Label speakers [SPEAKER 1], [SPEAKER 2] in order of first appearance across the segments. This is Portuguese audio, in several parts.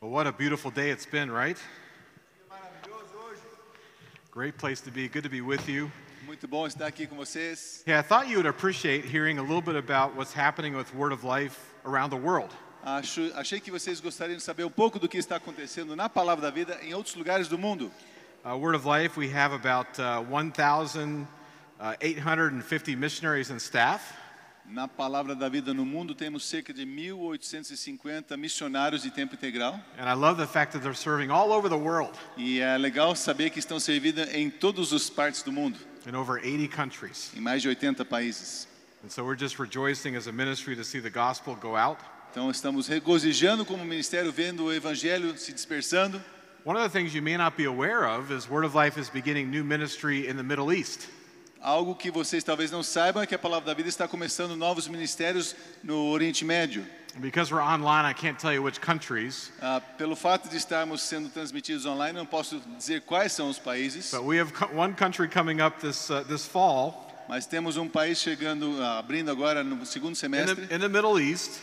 [SPEAKER 1] But what a beautiful day it's been, right? Great place to be. Good to be with you.
[SPEAKER 2] Muito bom estar aqui com vocês.
[SPEAKER 1] Hey, I thought you would appreciate hearing a little bit about what's happening with Word of Life around the world.
[SPEAKER 2] Acho, achei que vocês gostariam de saber um pouco do que está acontecendo na Palavra da Vida em outros lugares do mundo.
[SPEAKER 1] Uh, Word of Life, we have about uh, 1,850 missionaries and staff.
[SPEAKER 2] Na Palavra da Vida no mundo temos cerca de 1.850 missionários de tempo integral
[SPEAKER 1] And I love the fact that they're serving all over the world
[SPEAKER 2] e é legal saber que estão servidos em todas as partes do mundo,
[SPEAKER 1] in over 80 countries.
[SPEAKER 2] em mais de 80 países.
[SPEAKER 1] And so we're just rejoicing as a ministry to see the gospel go out.
[SPEAKER 2] Então estamos regozijando como ministério, vendo o Evangelho se dispersando.
[SPEAKER 1] One of the things you may not be aware of is Word of Life is beginning new ministry in the Middle East.
[SPEAKER 2] Algo que vocês talvez não saibam é que a Palavra da Vida está começando novos ministérios no Oriente Médio.
[SPEAKER 1] And because we're online, I can't tell you which countries,
[SPEAKER 2] Ah, pelo fato de estarmos sendo transmitidos online, não posso dizer quais são os países,
[SPEAKER 1] but we have co- one country coming up this, uh, this fall
[SPEAKER 2] mas temos um país chegando, ah, abrindo agora no segundo
[SPEAKER 1] in
[SPEAKER 2] semestre,
[SPEAKER 1] the, in the Middle East,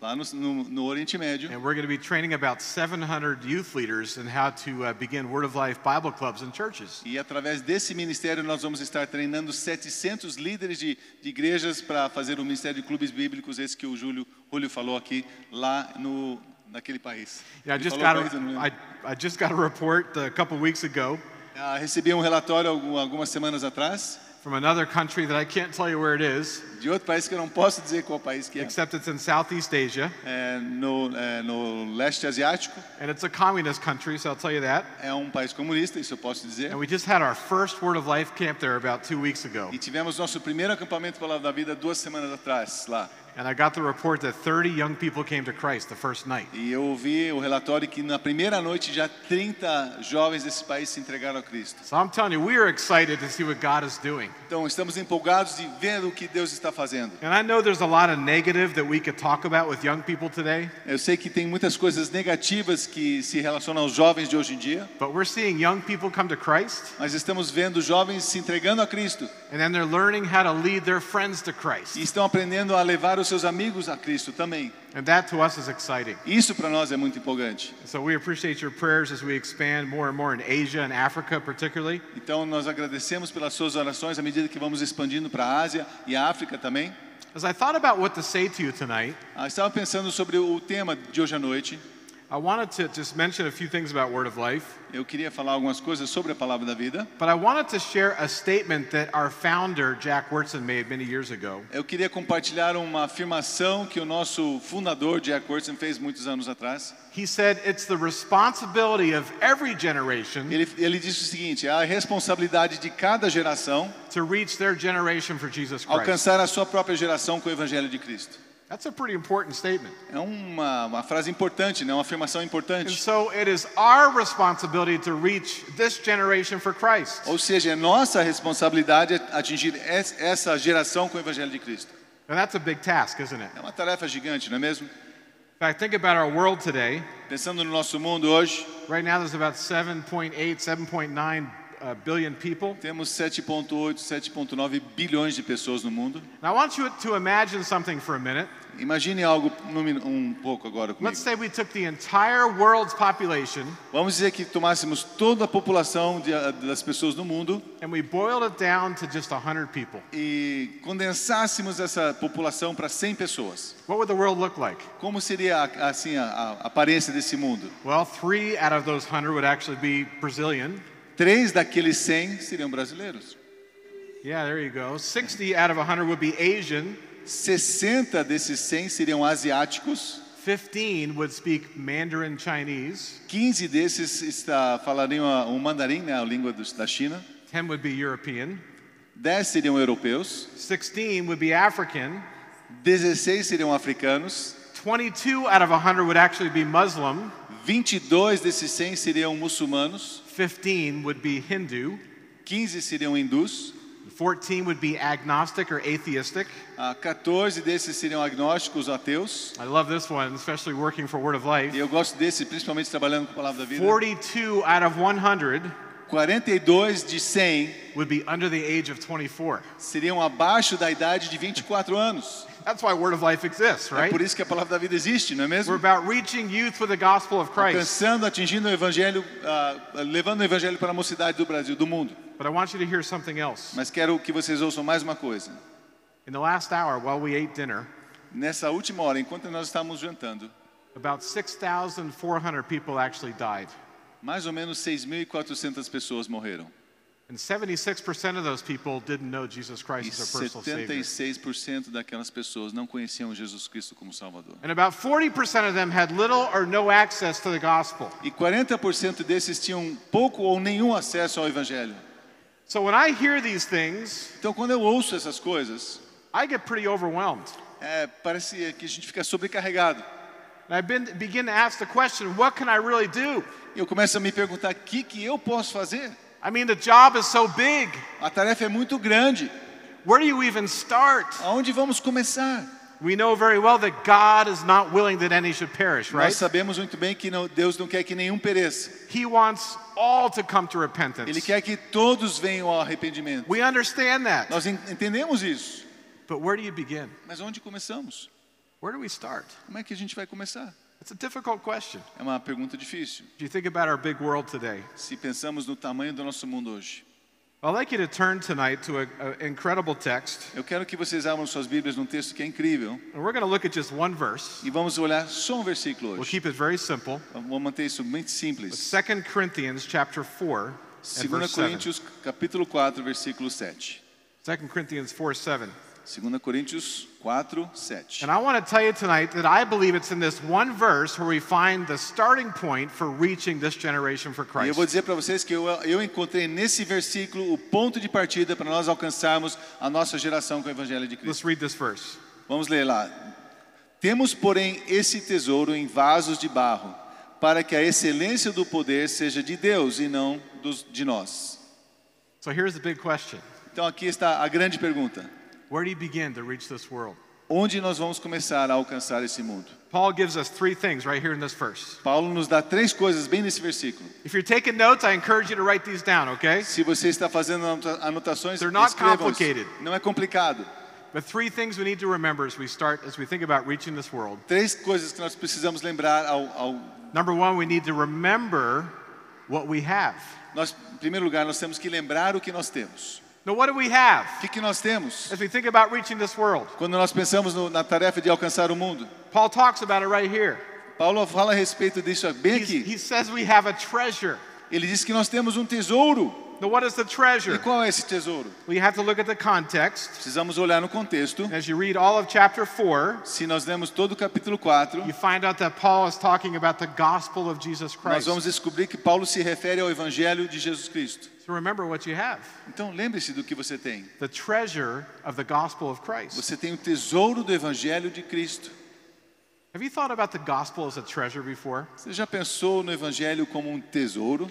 [SPEAKER 2] lá no, no- no Oriente Médio,
[SPEAKER 1] and we're going to be training about 700 youth leaders in how to uh, begin Word of Life Bible clubs and churches.
[SPEAKER 2] e através desse ministério nós vamos estar treinando 700 líderes de, de igrejas para fazer o ministério de clubes bíblicos, esse que o Júlio, Júlio falou aqui, lá no, naquele país.
[SPEAKER 1] Yeah, I
[SPEAKER 2] Ele
[SPEAKER 1] just
[SPEAKER 2] falou
[SPEAKER 1] got
[SPEAKER 2] país,
[SPEAKER 1] a,
[SPEAKER 2] eu não lembro.
[SPEAKER 1] I, I just got a report a couple weeks ago
[SPEAKER 2] Ah, recebi um relatório algum- algumas semanas atrás,
[SPEAKER 1] from another country that I can't tell you where it is,
[SPEAKER 2] de outro país que eu não posso dizer qual país que é,
[SPEAKER 1] except it's in Southeast Asia,
[SPEAKER 2] é, no, é, no leste asiático,
[SPEAKER 1] and it's a communist country, so I'll tell you that.
[SPEAKER 2] É um país comunista, isso eu posso dizer.
[SPEAKER 1] And we just had our first Word of Life camp there about two weeks ago.
[SPEAKER 2] E tivemos nosso primeiro acampamento Palavra da Vida duas semanas atrás lá.
[SPEAKER 1] And I got the report that 30 young people came to Christ the first night.
[SPEAKER 2] E eu ouvi o relatório que na primeira noite já 30 jovens desse país se entregaram a Cristo.
[SPEAKER 1] So I'm telling you, we are excited to see what God is doing.
[SPEAKER 2] Então estamos empolgados de ver o que Deus está fazendo.
[SPEAKER 1] And I know there's a lot of negative that we could talk about with young people today,
[SPEAKER 2] Eu sei que tem muitas coisas negativas que se relacionam aos jovens de hoje em dia,
[SPEAKER 1] but we're seeing young people come to Christ
[SPEAKER 2] mas estamos vendo jovens se entregando a Cristo
[SPEAKER 1] and then they're learning how to lead their friends to
[SPEAKER 2] e
[SPEAKER 1] Christ.
[SPEAKER 2] estão aprendendo a levar os seus amigos a Cristo também.
[SPEAKER 1] And that to us is exciting.
[SPEAKER 2] Isso para nós é muito empolgante.
[SPEAKER 1] So we appreciate your prayers as we expand more and more in Asia and Africa, particularly.
[SPEAKER 2] Então nós agradecemos pelas suas orações à medida que vamos expandindo para a Ásia e a África também.
[SPEAKER 1] As I thought about what to say to you tonight,
[SPEAKER 2] Ah, estava pensando sobre o tema de hoje à noite.
[SPEAKER 1] I wanted to just mention a few things about Word of Life,
[SPEAKER 2] Eu queria falar algumas coisas sobre a palavra da vida.
[SPEAKER 1] but I wanted to share a statement that our founder, Jack Wurtson, made many years ago.
[SPEAKER 2] Eu queria compartilhar uma afirmação que o nosso fundador Jack Wilson fez muitos anos atrás.
[SPEAKER 1] He said, It's the responsibility of every generation
[SPEAKER 2] Ele, ele disse o seguinte: é a responsabilidade de cada geração
[SPEAKER 1] to reach their generation for Jesus Christ.
[SPEAKER 2] alcançar a sua própria geração com o Evangelho de Cristo.
[SPEAKER 1] That's a pretty important statement.
[SPEAKER 2] É uma, uma frase importante, né? Uma afirmação
[SPEAKER 1] And
[SPEAKER 2] importante.
[SPEAKER 1] so it is our responsibility to reach this generation for Christ.
[SPEAKER 2] Ou seja, é nossa responsabilidade atingir es- essa geração com o Evangelho de Cristo.
[SPEAKER 1] And that's a big task, isn't it?
[SPEAKER 2] É uma tarefa gigante, não é mesmo?
[SPEAKER 1] In fact, think about our world today.
[SPEAKER 2] Pensando no nosso mundo hoje,
[SPEAKER 1] Right now, there's about 7.8, 7.9 uh, billion people.
[SPEAKER 2] temos 7,8, 7,9 bilhões de pessoas no mundo.
[SPEAKER 1] And I want you to imagine something for a minute.
[SPEAKER 2] Imagine algo no min- um pouco agora comigo.
[SPEAKER 1] Let's say we took the entire world's population
[SPEAKER 2] Vamos dizer que tomássemos toda a população de- das pessoas no mundo
[SPEAKER 1] and we boiled it down to just 100 people.
[SPEAKER 2] e condensássemos essa população para 100 pessoas.
[SPEAKER 1] What would the world look like?
[SPEAKER 2] Como seria a- assim a, a aparência desse mundo?
[SPEAKER 1] Well, three out of those 100 would actually be Brazilian.
[SPEAKER 2] Três daqueles 100 seriam brasileiros.
[SPEAKER 1] Yeah, there you go. 60 out of 100 would be Asian.
[SPEAKER 2] 60 desses 100 seriam asiáticos.
[SPEAKER 1] 15 would speak Mandarin Chinese.
[SPEAKER 2] 15 desses está, falariam a- o mandarim, né, a língua dos- da China.
[SPEAKER 1] 10 would be European.
[SPEAKER 2] 10 seriam europeus.
[SPEAKER 1] 16 would be African.
[SPEAKER 2] 16 seriam africanos.
[SPEAKER 1] 22 out of 100 would actually be Muslim.
[SPEAKER 2] 22 desses 100 seriam muçulmanos.
[SPEAKER 1] 15 would be Hindu.
[SPEAKER 2] 15 seriam hindus.
[SPEAKER 1] 14 would be agnostic or atheistic.
[SPEAKER 2] ah, 14 desses seriam agnósticos, ateus.
[SPEAKER 1] I love this one, especially working for Word of Life.
[SPEAKER 2] E eu gosto desse, principalmente trabalhando com a palavra da vida. né?
[SPEAKER 1] 42 out of 100
[SPEAKER 2] 42 de 100
[SPEAKER 1] would be under the age of 24.
[SPEAKER 2] seriam abaixo da idade de 24 anos.
[SPEAKER 1] That's why Word of Life exists,
[SPEAKER 2] É
[SPEAKER 1] right?
[SPEAKER 2] por isso que a palavra da vida existe, não é
[SPEAKER 1] We're
[SPEAKER 2] mesmo?
[SPEAKER 1] about reaching youth with the gospel of Christ.
[SPEAKER 2] Alcançando, atingindo o evangelho, ah, levando o evangelho para a mocidade do Brasil, do mundo.
[SPEAKER 1] But I want you to hear something else.
[SPEAKER 2] Mas quero que vocês ouçam mais uma coisa.
[SPEAKER 1] In the last hour, while we ate dinner,
[SPEAKER 2] Nessa última hora, enquanto nós estávamos jantando,
[SPEAKER 1] about 6,400 people actually died.
[SPEAKER 2] mais ou menos 6.400 pessoas morreram.
[SPEAKER 1] And 76% of those people didn't know Jesus
[SPEAKER 2] E
[SPEAKER 1] Christ as their personal Savior.
[SPEAKER 2] 76% daquelas pessoas não conheciam Jesus Cristo como Salvador.
[SPEAKER 1] And about 40% of them had little or no access to the gospel.
[SPEAKER 2] E 40% desses tinham pouco ou nenhum acesso ao Evangelho.
[SPEAKER 1] So when I hear these things,
[SPEAKER 2] Então, quando eu ouço essas coisas,
[SPEAKER 1] I get pretty overwhelmed.
[SPEAKER 2] é, parece que a gente fica sobrecarregado.
[SPEAKER 1] And I been, begin to ask the question what can I really do?
[SPEAKER 2] E Eu começo a me perguntar: o que, que eu posso fazer?
[SPEAKER 1] I mean, the job is so big.
[SPEAKER 2] A tarefa é muito grande.
[SPEAKER 1] Where do you even start?
[SPEAKER 2] Aonde vamos começar?
[SPEAKER 1] We know very well that God is not willing that any should perish,
[SPEAKER 2] Nós
[SPEAKER 1] right?
[SPEAKER 2] sabemos muito bem que não- Deus não quer que nenhum pereça.
[SPEAKER 1] He wants all to come to
[SPEAKER 2] Ele
[SPEAKER 1] repentance.
[SPEAKER 2] quer que todos venham ao arrependimento.
[SPEAKER 1] We understand that.
[SPEAKER 2] Nós en- entendemos isso.
[SPEAKER 1] But where do you begin?
[SPEAKER 2] Mas onde começamos?
[SPEAKER 1] Where do we start?
[SPEAKER 2] Como é que a gente vai começar?
[SPEAKER 1] It's a difficult question.
[SPEAKER 2] É uma pergunta difícil.
[SPEAKER 1] If you think about our big world today,
[SPEAKER 2] Se pensamos no tamanho do nosso mundo hoje.
[SPEAKER 1] I'd like you to turn tonight to an incredible text,
[SPEAKER 2] Eu quero que vocês abram suas Bíblias num texto que é incrível
[SPEAKER 1] and we're going to look at just one verse.
[SPEAKER 2] e vamos olhar só um versículo
[SPEAKER 1] We'll
[SPEAKER 2] hoje.
[SPEAKER 1] keep it very simple.
[SPEAKER 2] Vamos manter isso muito simples.
[SPEAKER 1] 2 Corinthians chapter 4 and
[SPEAKER 2] 2
[SPEAKER 1] verse 7.
[SPEAKER 2] Coríntios, capítulo 4, versículo 7.
[SPEAKER 1] 2 Corinthians 4 7.
[SPEAKER 2] 2 Coríntios 4, 7.
[SPEAKER 1] And I want to tell you tonight that I believe it's in this one verse where we find the starting point for reaching this generation for
[SPEAKER 2] E eu
[SPEAKER 1] Christ.
[SPEAKER 2] vou dizer para vocês que eu, eu encontrei nesse versículo o ponto de partida para nós alcançarmos a nossa geração com o Evangelho de Cristo.
[SPEAKER 1] Let's read this verse.
[SPEAKER 2] Vamos ler lá. Temos, porém, esse tesouro em vasos de barro, para que a excelência do poder seja de Deus e não dos, de nós.
[SPEAKER 1] So here's the big question
[SPEAKER 2] Então aqui está a grande pergunta.
[SPEAKER 1] Where do you begin to reach this world?
[SPEAKER 2] Onde nós vamos começar a alcançar esse mundo?
[SPEAKER 1] Paul gives us three things right here in this verse.
[SPEAKER 2] Paulo nos dá três coisas bem nesse versículo.
[SPEAKER 1] If you're taking notes, I encourage you to write these down, okay?
[SPEAKER 2] Se você está fazendo anota- anotações,
[SPEAKER 1] They're not
[SPEAKER 2] escrevam-os.
[SPEAKER 1] complicated.
[SPEAKER 2] Não é complicado.
[SPEAKER 1] But three things we need to remember as we start, as we think about reaching this world.
[SPEAKER 2] Três coisas que nós precisamos lembrar ao, ao
[SPEAKER 1] Number one, we need to remember what we have.
[SPEAKER 2] Nós, em primeiro lugar, nós temos que lembrar o que nós temos.
[SPEAKER 1] Now, what do we have
[SPEAKER 2] O que, que nós temos?
[SPEAKER 1] as we think about reaching this world?
[SPEAKER 2] Quando nós pensamos no- na tarefa de alcançar o mundo,
[SPEAKER 1] Paul talks about it right here.
[SPEAKER 2] Paulo fala a respeito disso bem
[SPEAKER 1] He's-
[SPEAKER 2] aqui.
[SPEAKER 1] he says we have a treasure.
[SPEAKER 2] Ele diz que nós temos um tesouro.
[SPEAKER 1] Now, what is the
[SPEAKER 2] E
[SPEAKER 1] treasure?
[SPEAKER 2] qual é esse tesouro?
[SPEAKER 1] We have to look at the context.
[SPEAKER 2] Precisamos olhar no contexto.
[SPEAKER 1] As you read all of chapter 4,
[SPEAKER 2] Se nós lemos todo o capítulo 4,
[SPEAKER 1] you find out that Paul is talking about the gospel of Jesus
[SPEAKER 2] nós
[SPEAKER 1] Christ.
[SPEAKER 2] vamos descobrir que Paulo se refere ao Evangelho de Jesus Cristo.
[SPEAKER 1] So remember what you have
[SPEAKER 2] Então lembre-se do que você tem.
[SPEAKER 1] the treasure of the gospel of Christ.
[SPEAKER 2] Você tem o tesouro do Evangelho de Cristo.
[SPEAKER 1] Have you thought about the gospel as a treasure before?
[SPEAKER 2] Você já pensou no Evangelho como um tesouro?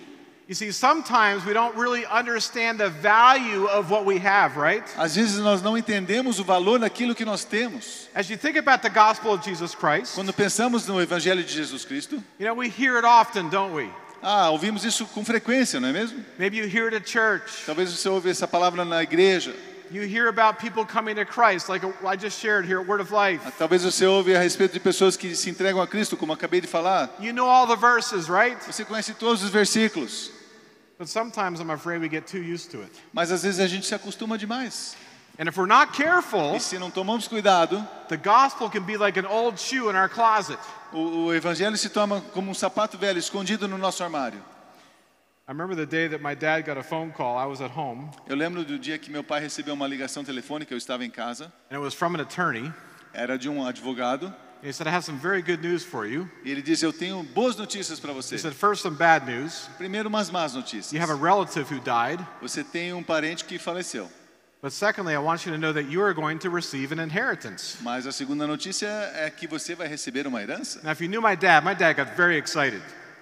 [SPEAKER 1] You see, sometimes we don't really understand the value of what we have, right?
[SPEAKER 2] Às vezes nós não entendemos o valor daquilo que nós temos.
[SPEAKER 1] As you think about the gospel of Jesus Christ,
[SPEAKER 2] Quando pensamos no Evangelho de Jesus Cristo,
[SPEAKER 1] you know, we hear it often, don't we?
[SPEAKER 2] ah, ouvimos isso com frequência, não é mesmo?
[SPEAKER 1] Maybe you hear it at church.
[SPEAKER 2] Talvez você ouve essa palavra na igreja,
[SPEAKER 1] You hear about people coming to Christ, like I just shared here at Word of Life.
[SPEAKER 2] ah, talvez você ouve a respeito de pessoas que se entregam a Cristo, como acabei de falar.
[SPEAKER 1] You know all the verses, right?
[SPEAKER 2] Você conhece todos os versículos,
[SPEAKER 1] But sometimes I'm afraid we get too used to it.
[SPEAKER 2] mas às vezes a gente se acostuma demais.
[SPEAKER 1] And if we're not careful,
[SPEAKER 2] E se não tomamos cuidado,
[SPEAKER 1] the gospel can be like an old shoe in our closet.
[SPEAKER 2] o, o Evangelho se torna como um sapato velho escondido no nosso armário.
[SPEAKER 1] I remember the day that my dad got a phone call. I was at home,
[SPEAKER 2] Eu lembro do dia que meu pai recebeu uma ligação telefônica, eu estava em casa,
[SPEAKER 1] and it was from an attorney. And
[SPEAKER 2] era de um advogado,
[SPEAKER 1] he said, I have some very good news for you.
[SPEAKER 2] e ele disse: Eu tenho boas notícias para
[SPEAKER 1] He
[SPEAKER 2] você.
[SPEAKER 1] said, First, some bad news.
[SPEAKER 2] Primeiro, umas más notícias.
[SPEAKER 1] é You have a relative who died.
[SPEAKER 2] Você tem um parente que faleceu.
[SPEAKER 1] But secondly, I want you to know that you are going to receive an inheritance.
[SPEAKER 2] Mas a segunda notícia é que você vai receber uma herança.
[SPEAKER 1] Now, if you knew my dad, my dad got very excited.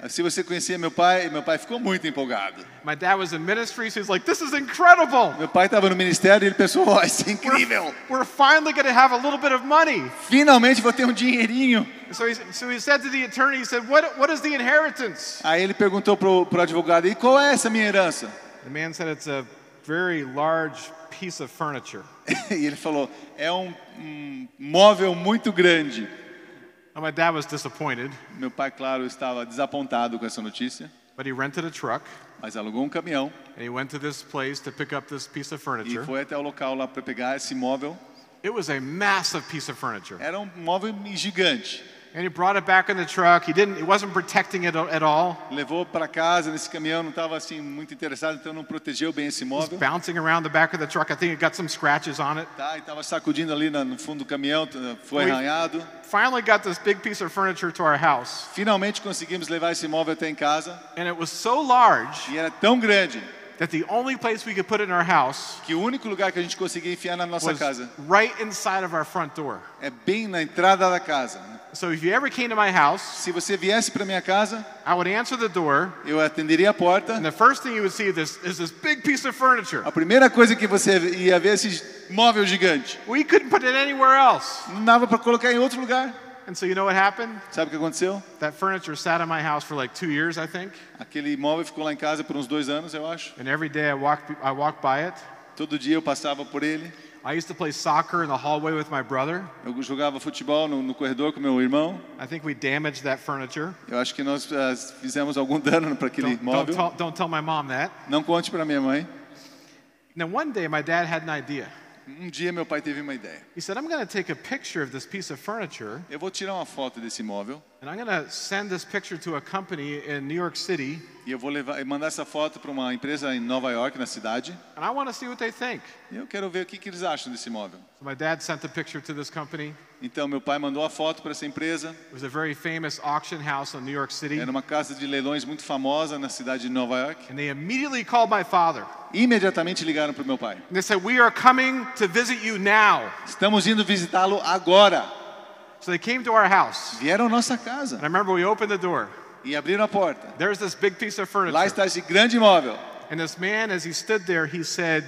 [SPEAKER 2] Se você conhecia meu pai, meu pai ficou muito empolgado.
[SPEAKER 1] My dad was in ministry, so he's like, This is incredible.
[SPEAKER 2] Meu pai estava no ministério e ele pensou: "Ó, isso é incrível!
[SPEAKER 1] We're, we're finally going to have a little bit of money.
[SPEAKER 2] Finalmente vou ter um dinheirinho."
[SPEAKER 1] So he, so he said to the attorney, he said, what, what is the inheritance?
[SPEAKER 2] Aí ele perguntou pro, pro advogado: "E qual é essa minha herança?"
[SPEAKER 1] The man said, it's a very large piece of furniture.
[SPEAKER 2] E ele falou: é um, um móvel muito grande.
[SPEAKER 1] Now, my dad was disappointed,
[SPEAKER 2] Meu pai, claro, estava desapontado com essa notícia,
[SPEAKER 1] but he rented a truck
[SPEAKER 2] mas alugou um caminhão
[SPEAKER 1] and he went to this place to pick up this piece of
[SPEAKER 2] e
[SPEAKER 1] furniture.
[SPEAKER 2] foi até o local lá para pegar esse móvel.
[SPEAKER 1] It was a massive piece of furniture.
[SPEAKER 2] Era um móvel gigante.
[SPEAKER 1] And he brought it back in the truck. He didn't, he wasn't protecting it at all.
[SPEAKER 2] Levou para casa nesse caminhão, não estava assim muito interessado, então não protegeu bem esse
[SPEAKER 1] It was
[SPEAKER 2] móvel.
[SPEAKER 1] bouncing around the back of the truck. I think it got some scratches on it.
[SPEAKER 2] Tá, e estava sacudindo ali na- no fundo do caminhão, t- foi
[SPEAKER 1] Oi.
[SPEAKER 2] arranhado.
[SPEAKER 1] Finally got this big piece of furniture to our house.
[SPEAKER 2] Finalmente conseguimos levar esse móvel até em casa
[SPEAKER 1] And it was so large
[SPEAKER 2] e era tão grande
[SPEAKER 1] that the only place we could put it in our house
[SPEAKER 2] que o único lugar que a gente conseguia enfiar na nossa
[SPEAKER 1] was
[SPEAKER 2] casa
[SPEAKER 1] right inside of our front door.
[SPEAKER 2] é bem na entrada da casa.
[SPEAKER 1] So if you ever came to my house,
[SPEAKER 2] Se você viesse para minha casa,
[SPEAKER 1] I would answer the door,
[SPEAKER 2] eu atenderia a porta.
[SPEAKER 1] and the first thing you would see this, is this big piece of furniture.
[SPEAKER 2] A primeira coisa que você ia ver é esse móvel gigante.
[SPEAKER 1] We couldn't put it anywhere else.
[SPEAKER 2] Não dava para colocar em outro lugar.
[SPEAKER 1] And so you know what happened?
[SPEAKER 2] Sabe o que aconteceu?
[SPEAKER 1] That furniture sat in my house for like two years, I think.
[SPEAKER 2] Aquele móvel ficou lá em casa por uns dois anos, eu acho.
[SPEAKER 1] And every day I walked, I walked by it.
[SPEAKER 2] Todo dia eu passava por ele.
[SPEAKER 1] I used to play soccer in the hallway with my brother.
[SPEAKER 2] Eu jogava futebol no, no corredor com meu irmão.
[SPEAKER 1] I think we damaged that furniture.
[SPEAKER 2] Eu acho que nós ah, fizemos algum dano para aquele
[SPEAKER 1] Don't, don't,
[SPEAKER 2] móvel.
[SPEAKER 1] tell, don't tell my mom that.
[SPEAKER 2] Não conte para minha mãe.
[SPEAKER 1] Now, one day my dad had an idea.
[SPEAKER 2] Um dia meu pai teve uma ideia.
[SPEAKER 1] He said, I'm going to take a picture of this piece of furniture
[SPEAKER 2] Eu vou tirar uma foto desse móvel
[SPEAKER 1] and I'm going to send this picture to a company in New York City
[SPEAKER 2] e eu vou levar, mandar essa foto para uma empresa em Nova York, na cidade.
[SPEAKER 1] and I want to see what they think.
[SPEAKER 2] E eu quero ver o que, que eles acham desse móvel.
[SPEAKER 1] So my dad sent the picture to this company.
[SPEAKER 2] Então meu pai mandou a foto para essa empresa.
[SPEAKER 1] It was a very famous auction house in New York City.
[SPEAKER 2] Era uma casa de leilões muito famosa na cidade de Nova York.
[SPEAKER 1] And they immediately called my father.
[SPEAKER 2] Imediatamente ligaram para o meu pai.
[SPEAKER 1] And they said, We are coming to visit you now.
[SPEAKER 2] Estamos indo visitá-lo agora.
[SPEAKER 1] So they came to our house.
[SPEAKER 2] Vieram à nossa
[SPEAKER 1] And
[SPEAKER 2] casa
[SPEAKER 1] I remember we opened the door.
[SPEAKER 2] e abriram a porta.
[SPEAKER 1] There's this big piece of
[SPEAKER 2] Lá
[SPEAKER 1] furniture.
[SPEAKER 2] está esse grande móvel.
[SPEAKER 1] And this man, as he stood there, he said,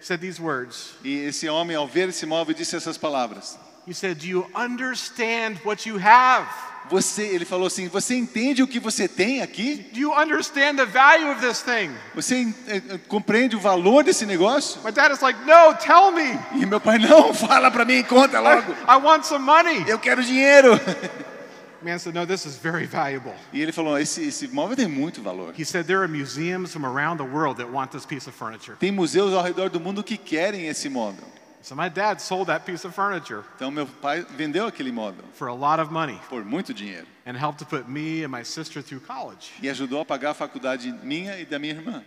[SPEAKER 1] said these words.
[SPEAKER 2] E esse homem, ao ver esse móvel, disse essas palavras.
[SPEAKER 1] He said, Do you understand what you have?
[SPEAKER 2] Você, ele falou assim: Você entende o que você tem aqui?
[SPEAKER 1] Do you understand the value of this thing?
[SPEAKER 2] Você en- eh, eh, compreende o valor desse negócio?
[SPEAKER 1] My dad is like, No, tell me.
[SPEAKER 2] E meu pai não fala para mim, conta logo.
[SPEAKER 1] I, I want some money.
[SPEAKER 2] Eu quero dinheiro.
[SPEAKER 1] The man said, No, this is very valuable.
[SPEAKER 2] E ele falou: Esse, esse móvel tem muito valor.
[SPEAKER 1] He said, There are museums from around the world that want this piece of furniture.
[SPEAKER 2] Tem museus ao redor do mundo que querem esse móvel.
[SPEAKER 1] So my dad sold that piece of furniture
[SPEAKER 2] Então meu pai vendeu aquele móvel
[SPEAKER 1] for a lot of money
[SPEAKER 2] por muito dinheiro
[SPEAKER 1] and helped to put me and my sister through college.
[SPEAKER 2] e ajudou a pagar a faculdade minha e da minha irmã.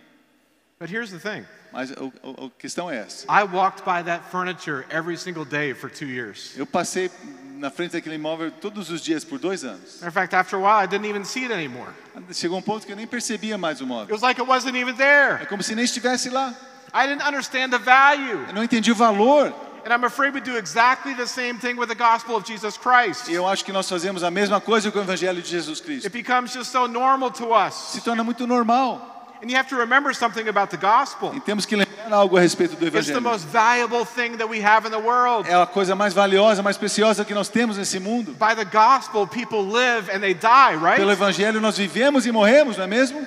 [SPEAKER 1] But here's the thing
[SPEAKER 2] Mas o- o- a questão é essa.
[SPEAKER 1] I walked by that furniture every single day for two years.
[SPEAKER 2] Eu passei na frente daquele imóvel todos os dias por dois anos.
[SPEAKER 1] Matter of fact, after a while, I didn't even see it anymore.
[SPEAKER 2] Chegou um ponto que eu nem percebia mais o
[SPEAKER 1] It
[SPEAKER 2] móvel.
[SPEAKER 1] was like it wasn't even
[SPEAKER 2] É
[SPEAKER 1] there.
[SPEAKER 2] como se nem estivesse lá.
[SPEAKER 1] I didn't understand the value.
[SPEAKER 2] Eu não entendi o valor.
[SPEAKER 1] And I'm afraid we do exactly the same thing with the gospel of Jesus Christ.
[SPEAKER 2] E eu acho que nós fazemos a mesma coisa com o Evangelho de Jesus Cristo.
[SPEAKER 1] It becomes just so normal to us.
[SPEAKER 2] Se torna muito normal.
[SPEAKER 1] And you have to remember something about the gospel
[SPEAKER 2] E temos que lembrar algo a respeito do
[SPEAKER 1] it's the
[SPEAKER 2] Evangelho.
[SPEAKER 1] most valuable thing that we have in the world.
[SPEAKER 2] É a coisa mais valiosa, mais preciosa que nós temos nesse mundo.
[SPEAKER 1] By the gospel, people live and they die,
[SPEAKER 2] Pelo
[SPEAKER 1] right?
[SPEAKER 2] Evangelho nós vivemos e morremos, não é mesmo?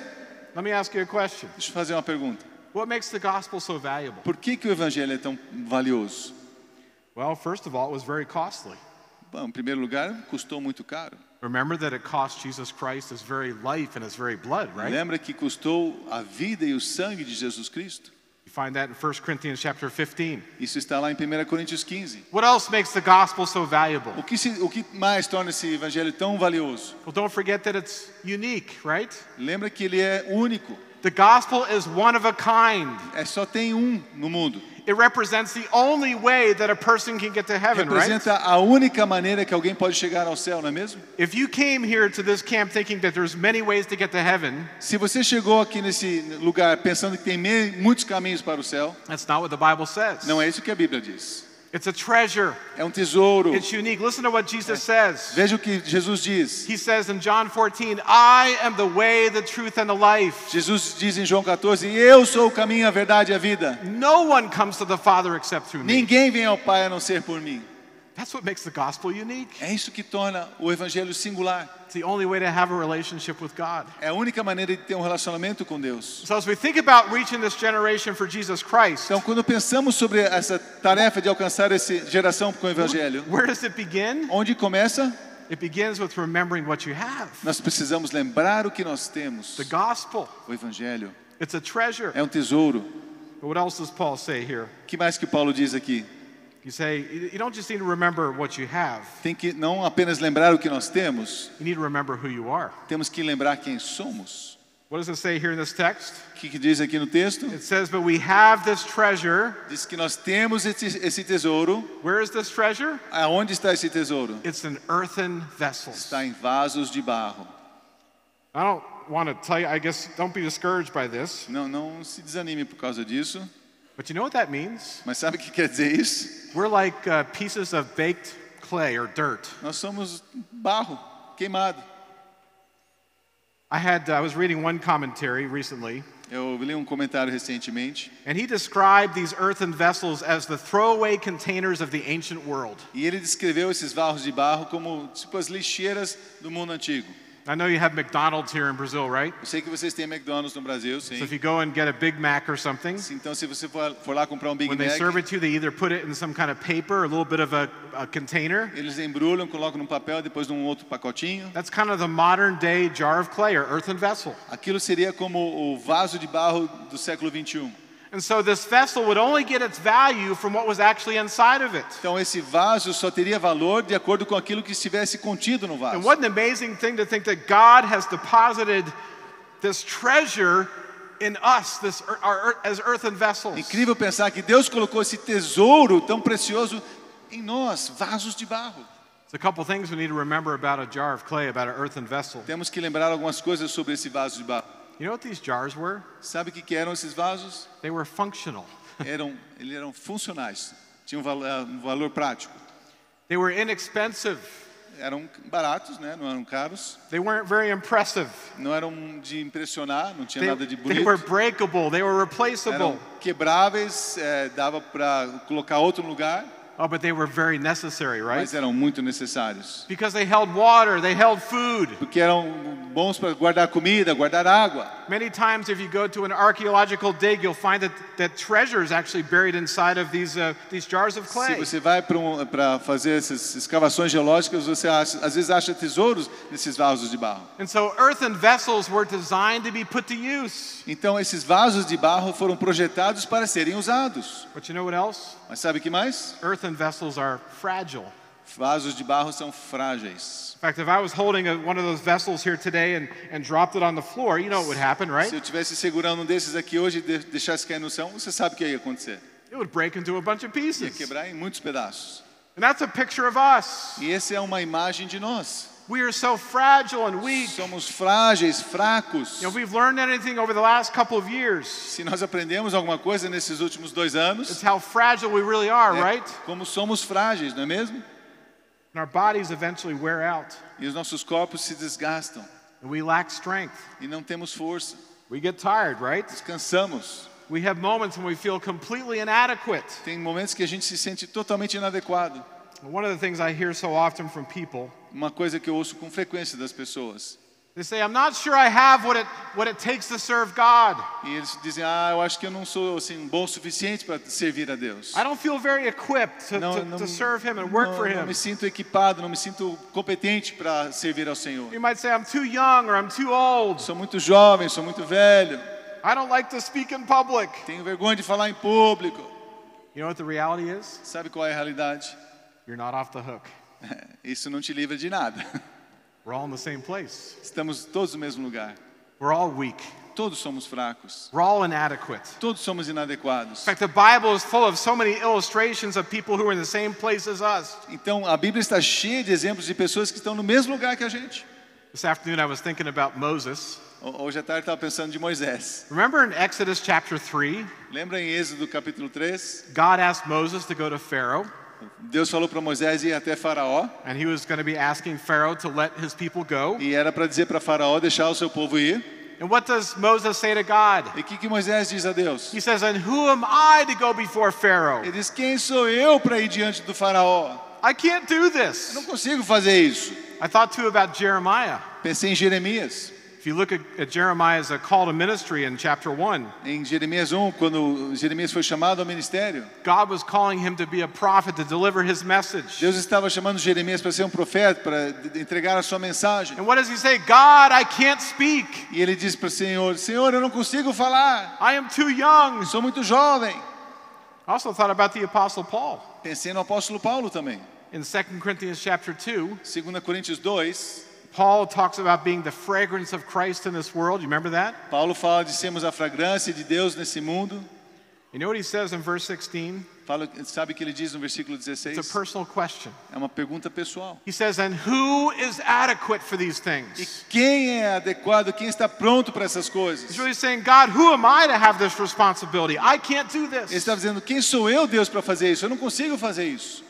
[SPEAKER 1] Let me ask you a question
[SPEAKER 2] Deixa eu fazer uma pergunta.
[SPEAKER 1] What makes the gospel so valuable?
[SPEAKER 2] Por que, que o Evangelho é tão valioso?
[SPEAKER 1] Well, first of all, it was very costly.
[SPEAKER 2] Bom, em primeiro lugar, custou muito caro.
[SPEAKER 1] Remember that it cost Jesus Christ his very life and his very blood, right?
[SPEAKER 2] Lembra que custou a vida e o sangue de Jesus Cristo?
[SPEAKER 1] You find that in 1 Corinthians chapter 15.
[SPEAKER 2] Isso está lá em 1 Coríntios 15.
[SPEAKER 1] What else makes the gospel so valuable?
[SPEAKER 2] O que, se- o que mais torna esse evangelho tão valioso?
[SPEAKER 1] Well, don't forget that it's unique, right?
[SPEAKER 2] Lembra que ele é único,
[SPEAKER 1] The gospel is one of a kind.
[SPEAKER 2] é só tem um no mundo.
[SPEAKER 1] It represents the only way that a person can get to heaven, right?
[SPEAKER 2] Representa a única maneira que alguém pode chegar ao céu, não é mesmo?
[SPEAKER 1] If you came here to this camp thinking that there's many ways to get to heaven,
[SPEAKER 2] Se você chegou aqui nesse lugar pensando que tem me- muitos caminhos para o céu,
[SPEAKER 1] that's not what the Bible says.
[SPEAKER 2] não é isso que a Bíblia diz.
[SPEAKER 1] It's a treasure.
[SPEAKER 2] É um tesouro.
[SPEAKER 1] It's unique. Listen to what Jesus says.
[SPEAKER 2] Veja o que Jesus diz.
[SPEAKER 1] He says in John 14, "I am the way, the truth and the life.
[SPEAKER 2] Jesus diz em João 14: Eu sou o caminho, a verdade e a vida.
[SPEAKER 1] No one comes to the Father except through me."
[SPEAKER 2] Ninguém vem ao Pai a não ser por mim.
[SPEAKER 1] That's what makes the gospel unique.
[SPEAKER 2] É isso que torna o evangelho singular.
[SPEAKER 1] It's the only way to have a relationship with God.
[SPEAKER 2] É a única maneira de ter um relacionamento com Deus.
[SPEAKER 1] So, as we think about reaching this generation for Jesus Christ,
[SPEAKER 2] Então, quando pensamos sobre essa tarefa de alcançar essa geração com o evangelho,
[SPEAKER 1] where does it begin?
[SPEAKER 2] onde começa?
[SPEAKER 1] It begins with remembering what you have
[SPEAKER 2] Nós precisamos lembrar o que nós temos.
[SPEAKER 1] the gospel.
[SPEAKER 2] O evangelho
[SPEAKER 1] It's a treasure.
[SPEAKER 2] é um tesouro.
[SPEAKER 1] But what else does Paul say here?
[SPEAKER 2] O que mais que Paulo diz aqui?
[SPEAKER 1] You say, you you don't just need to remember what you have,
[SPEAKER 2] Tem que não apenas lembrar o que nós temos,
[SPEAKER 1] you need to remember who you are.
[SPEAKER 2] temos que lembrar quem somos.
[SPEAKER 1] What does it say here in this text?
[SPEAKER 2] O que, que diz aqui no texto?
[SPEAKER 1] It says, But we have this treasure.
[SPEAKER 2] Diz que nós temos esse, esse tesouro.
[SPEAKER 1] Where is this treasure?
[SPEAKER 2] Aonde está esse tesouro?
[SPEAKER 1] It's in earthen vessels.
[SPEAKER 2] Está em vasos de barro.
[SPEAKER 1] I don't want to tell you, I guess, don't be discouraged by this,
[SPEAKER 2] Não, não se desanime por causa disso.
[SPEAKER 1] but you know what that means?
[SPEAKER 2] Mas sabe o que quer dizer isso?
[SPEAKER 1] We're like uh, pieces of baked clay or dirt.
[SPEAKER 2] Nós somos barro queimado.
[SPEAKER 1] I had, uh, I was reading one commentary recently,
[SPEAKER 2] Eu li um comentário recentemente
[SPEAKER 1] and he described these earthen vessels as the throwaway containers of the ancient world.
[SPEAKER 2] e ele descreveu esses barros de barro como tipo as lixeiras do mundo antigo.
[SPEAKER 1] I know you have McDonald's here in Brazil, right?
[SPEAKER 2] Eu sei que vocês têm McDonald's no Brasil,
[SPEAKER 1] So
[SPEAKER 2] sim.
[SPEAKER 1] if you go and get a Big Mac or something,
[SPEAKER 2] Então, se você for, for lá comprar um Big
[SPEAKER 1] when they
[SPEAKER 2] Mac,
[SPEAKER 1] serve it to you, they either put it in some kind of paper, a little bit of a, a container.
[SPEAKER 2] eles embrulham, colocam num papel, depois num outro pacotinho.
[SPEAKER 1] That's kind of the modern day jar of clay or earthen vessel.
[SPEAKER 2] Aquilo seria como o vaso de barro do século 21.
[SPEAKER 1] And so this vessel would only get its value from what was actually inside of it.
[SPEAKER 2] Então, esse vaso só teria valor de acordo com aquilo que estivesse contido no vaso.
[SPEAKER 1] And what an amazing thing to think that God has deposited this treasure in us, this ear- our, ear- as earthen vessels.
[SPEAKER 2] Incrível pensar que Deus colocou esse tesouro tão precioso em nós, vasos de barro.
[SPEAKER 1] It's a couple things we need to remember about a jar of clay, about an earthen vessel.
[SPEAKER 2] Temos que lembrar algumas coisas sobre esse vaso de barro.
[SPEAKER 1] You know what these jars were?
[SPEAKER 2] Sabe o que, que eram esses vasos?
[SPEAKER 1] They were functional.
[SPEAKER 2] Eram, eles eram funcionais, tinham valo- eh, um valor prático.
[SPEAKER 1] They were inexpensive.
[SPEAKER 2] Eram baratos, né? não eram caros,
[SPEAKER 1] They weren't very impressive.
[SPEAKER 2] não eram de impressionar, não tinha
[SPEAKER 1] They,
[SPEAKER 2] nada de
[SPEAKER 1] they were
[SPEAKER 2] bonito.
[SPEAKER 1] breakable. They were replaceable.
[SPEAKER 2] Eram quebráveis, eh, dava para colocar outro no lugar,
[SPEAKER 1] Oh, but they were very necessary, right?
[SPEAKER 2] mas eram muito necessários.
[SPEAKER 1] Because they held water, they held food.
[SPEAKER 2] Porque eram bons para guardar comida, guardar água.
[SPEAKER 1] Many times, if you go to an archaeological dig, you'll find that, that treasure is actually buried inside of these, uh, these jars of
[SPEAKER 2] Se
[SPEAKER 1] clay.
[SPEAKER 2] você vai para um- para fazer essas escavações geológicas, você acha- às vezes acha tesouros nesses vasos de barro.
[SPEAKER 1] And so, earthen vessels were designed to be put to use.
[SPEAKER 2] Então, esses vasos de barro foram projetados para serem usados.
[SPEAKER 1] But you know what else?
[SPEAKER 2] Mas sabe o que mais?
[SPEAKER 1] Earthen vessels are fragile.
[SPEAKER 2] Vasos de barro são frágeis.
[SPEAKER 1] In fact, if I was holding a, one of those vessels here today and, and dropped it on the floor, you know what would happen, right?
[SPEAKER 2] Se eu tivesse segurando um desses aqui hoje e de- deixasse cair no chão, você sabe o que ia acontecer?
[SPEAKER 1] It would break into a bunch of
[SPEAKER 2] Ia
[SPEAKER 1] pieces.
[SPEAKER 2] quebrar em muitos pedaços.
[SPEAKER 1] And that's a picture of us.
[SPEAKER 2] E essa é uma imagem de nós.
[SPEAKER 1] We are so fragile and weak.
[SPEAKER 2] Somos frágeis, fracos.
[SPEAKER 1] You know, if we've learned anything over the last couple of years,
[SPEAKER 2] Se nós aprendemos alguma coisa nesses últimos dois anos,
[SPEAKER 1] it's how fragile we really are,
[SPEAKER 2] é
[SPEAKER 1] right?
[SPEAKER 2] como somos frágeis, não é mesmo?
[SPEAKER 1] And our bodies eventually wear out
[SPEAKER 2] E os nossos corpos se desgastam
[SPEAKER 1] and we lack strength.
[SPEAKER 2] e não temos força.
[SPEAKER 1] We get tired, right?
[SPEAKER 2] Descansamos.
[SPEAKER 1] We have moments when we feel completely inadequate.
[SPEAKER 2] Tem momentos que a gente se sente totalmente inadequado.
[SPEAKER 1] And One of the things I hear so often from people,
[SPEAKER 2] Uma coisa que eu ouço com frequência das pessoas.
[SPEAKER 1] they say, I'm not sure I have what it, what it takes to serve God.
[SPEAKER 2] E eles dizem: "Ah, eu acho que eu não sou assim bom o suficiente para servir a Deus."
[SPEAKER 1] I don't feel very equipped to, to, to serve Him and work
[SPEAKER 2] não-
[SPEAKER 1] for
[SPEAKER 2] não
[SPEAKER 1] Him.
[SPEAKER 2] me sinto equipado, não me sinto competente para servir ao Senhor.
[SPEAKER 1] You might say, I'm too young or I'm too old.
[SPEAKER 2] Sou muito jovem, sou muito velho,
[SPEAKER 1] I don't like to speak in public.
[SPEAKER 2] tenho vergonha de falar em público.
[SPEAKER 1] You know what the reality is?
[SPEAKER 2] Sabe qual é a realidade?
[SPEAKER 1] You're not off the hook.
[SPEAKER 2] Isso não te livra de nada.
[SPEAKER 1] We're all in the same place.
[SPEAKER 2] Estamos todos no mesmo lugar.
[SPEAKER 1] We're all weak.
[SPEAKER 2] Todos somos fracos.
[SPEAKER 1] We're all inadequate.
[SPEAKER 2] Todos somos inadequados.
[SPEAKER 1] In fact, the Bible is full of so many illustrations of people who are in the same place as us.
[SPEAKER 2] Então a Bíblia está cheia de exemplos de pessoas que estão no mesmo lugar que a gente.
[SPEAKER 1] This afternoon, I was thinking about Moses.
[SPEAKER 2] Ho- Hoje à tarde estava pensando de Moisés.
[SPEAKER 1] Remember in Exodus chapter 3,
[SPEAKER 2] Lembra em Êxodo capítulo 3?
[SPEAKER 1] God asked Moses to go to Pharaoh,
[SPEAKER 2] Deus falou para Moisés ir até Faraó
[SPEAKER 1] and he was going to be asking Pharaoh to let his people go.
[SPEAKER 2] e era para dizer para Faraó deixar o seu povo ir.
[SPEAKER 1] And what does Moses say to God?
[SPEAKER 2] E o que, que Moisés diz a Deus?
[SPEAKER 1] He says, And who am I to go before Pharaoh?
[SPEAKER 2] Ele diz: Quem sou eu para ir diante do Faraó?
[SPEAKER 1] I can't do
[SPEAKER 2] Eu não
[SPEAKER 1] this.
[SPEAKER 2] consigo fazer isso.
[SPEAKER 1] I thought too about Jeremiah.
[SPEAKER 2] Pensei em Jeremias.
[SPEAKER 1] If you look at, at Jeremiah as a call to ministry in chapter 1,
[SPEAKER 2] Em Jeremias 1, quando Jeremias foi chamado ao ministério,
[SPEAKER 1] God was calling him to be a prophet to deliver his message.
[SPEAKER 2] Deus estava chamando Jeremias para ser um profeta, para de- entregar a sua mensagem.
[SPEAKER 1] And what does he say? God, I can't speak.
[SPEAKER 2] E ele disse para o Senhor: Senhor, eu não consigo falar,
[SPEAKER 1] I am too young.
[SPEAKER 2] eu sou muito jovem.
[SPEAKER 1] I also thought about the apostle Paul
[SPEAKER 2] Pensei no apóstolo Paulo também.
[SPEAKER 1] in 2 Corinthians chapter 2.
[SPEAKER 2] 2 Coríntios 2,
[SPEAKER 1] Paul talks about being the fragrance of Christ in this world. You remember that?
[SPEAKER 2] Paulo fala de sermos a fragrância de Deus nesse mundo.
[SPEAKER 1] You know what he says in verse 16?
[SPEAKER 2] Fala, sabe o que ele diz no versículo
[SPEAKER 1] It's a
[SPEAKER 2] 16?
[SPEAKER 1] personal question.
[SPEAKER 2] É uma pergunta pessoal.
[SPEAKER 1] He says, And who is adequate for these
[SPEAKER 2] E
[SPEAKER 1] things?
[SPEAKER 2] quem é adequado, quem está pronto para essas coisas?
[SPEAKER 1] He's really saying, God, who am I to have this responsibility? I can't do this.
[SPEAKER 2] Ele está dizendo: Quem sou eu, Deus, para fazer isso? Eu não consigo fazer isso.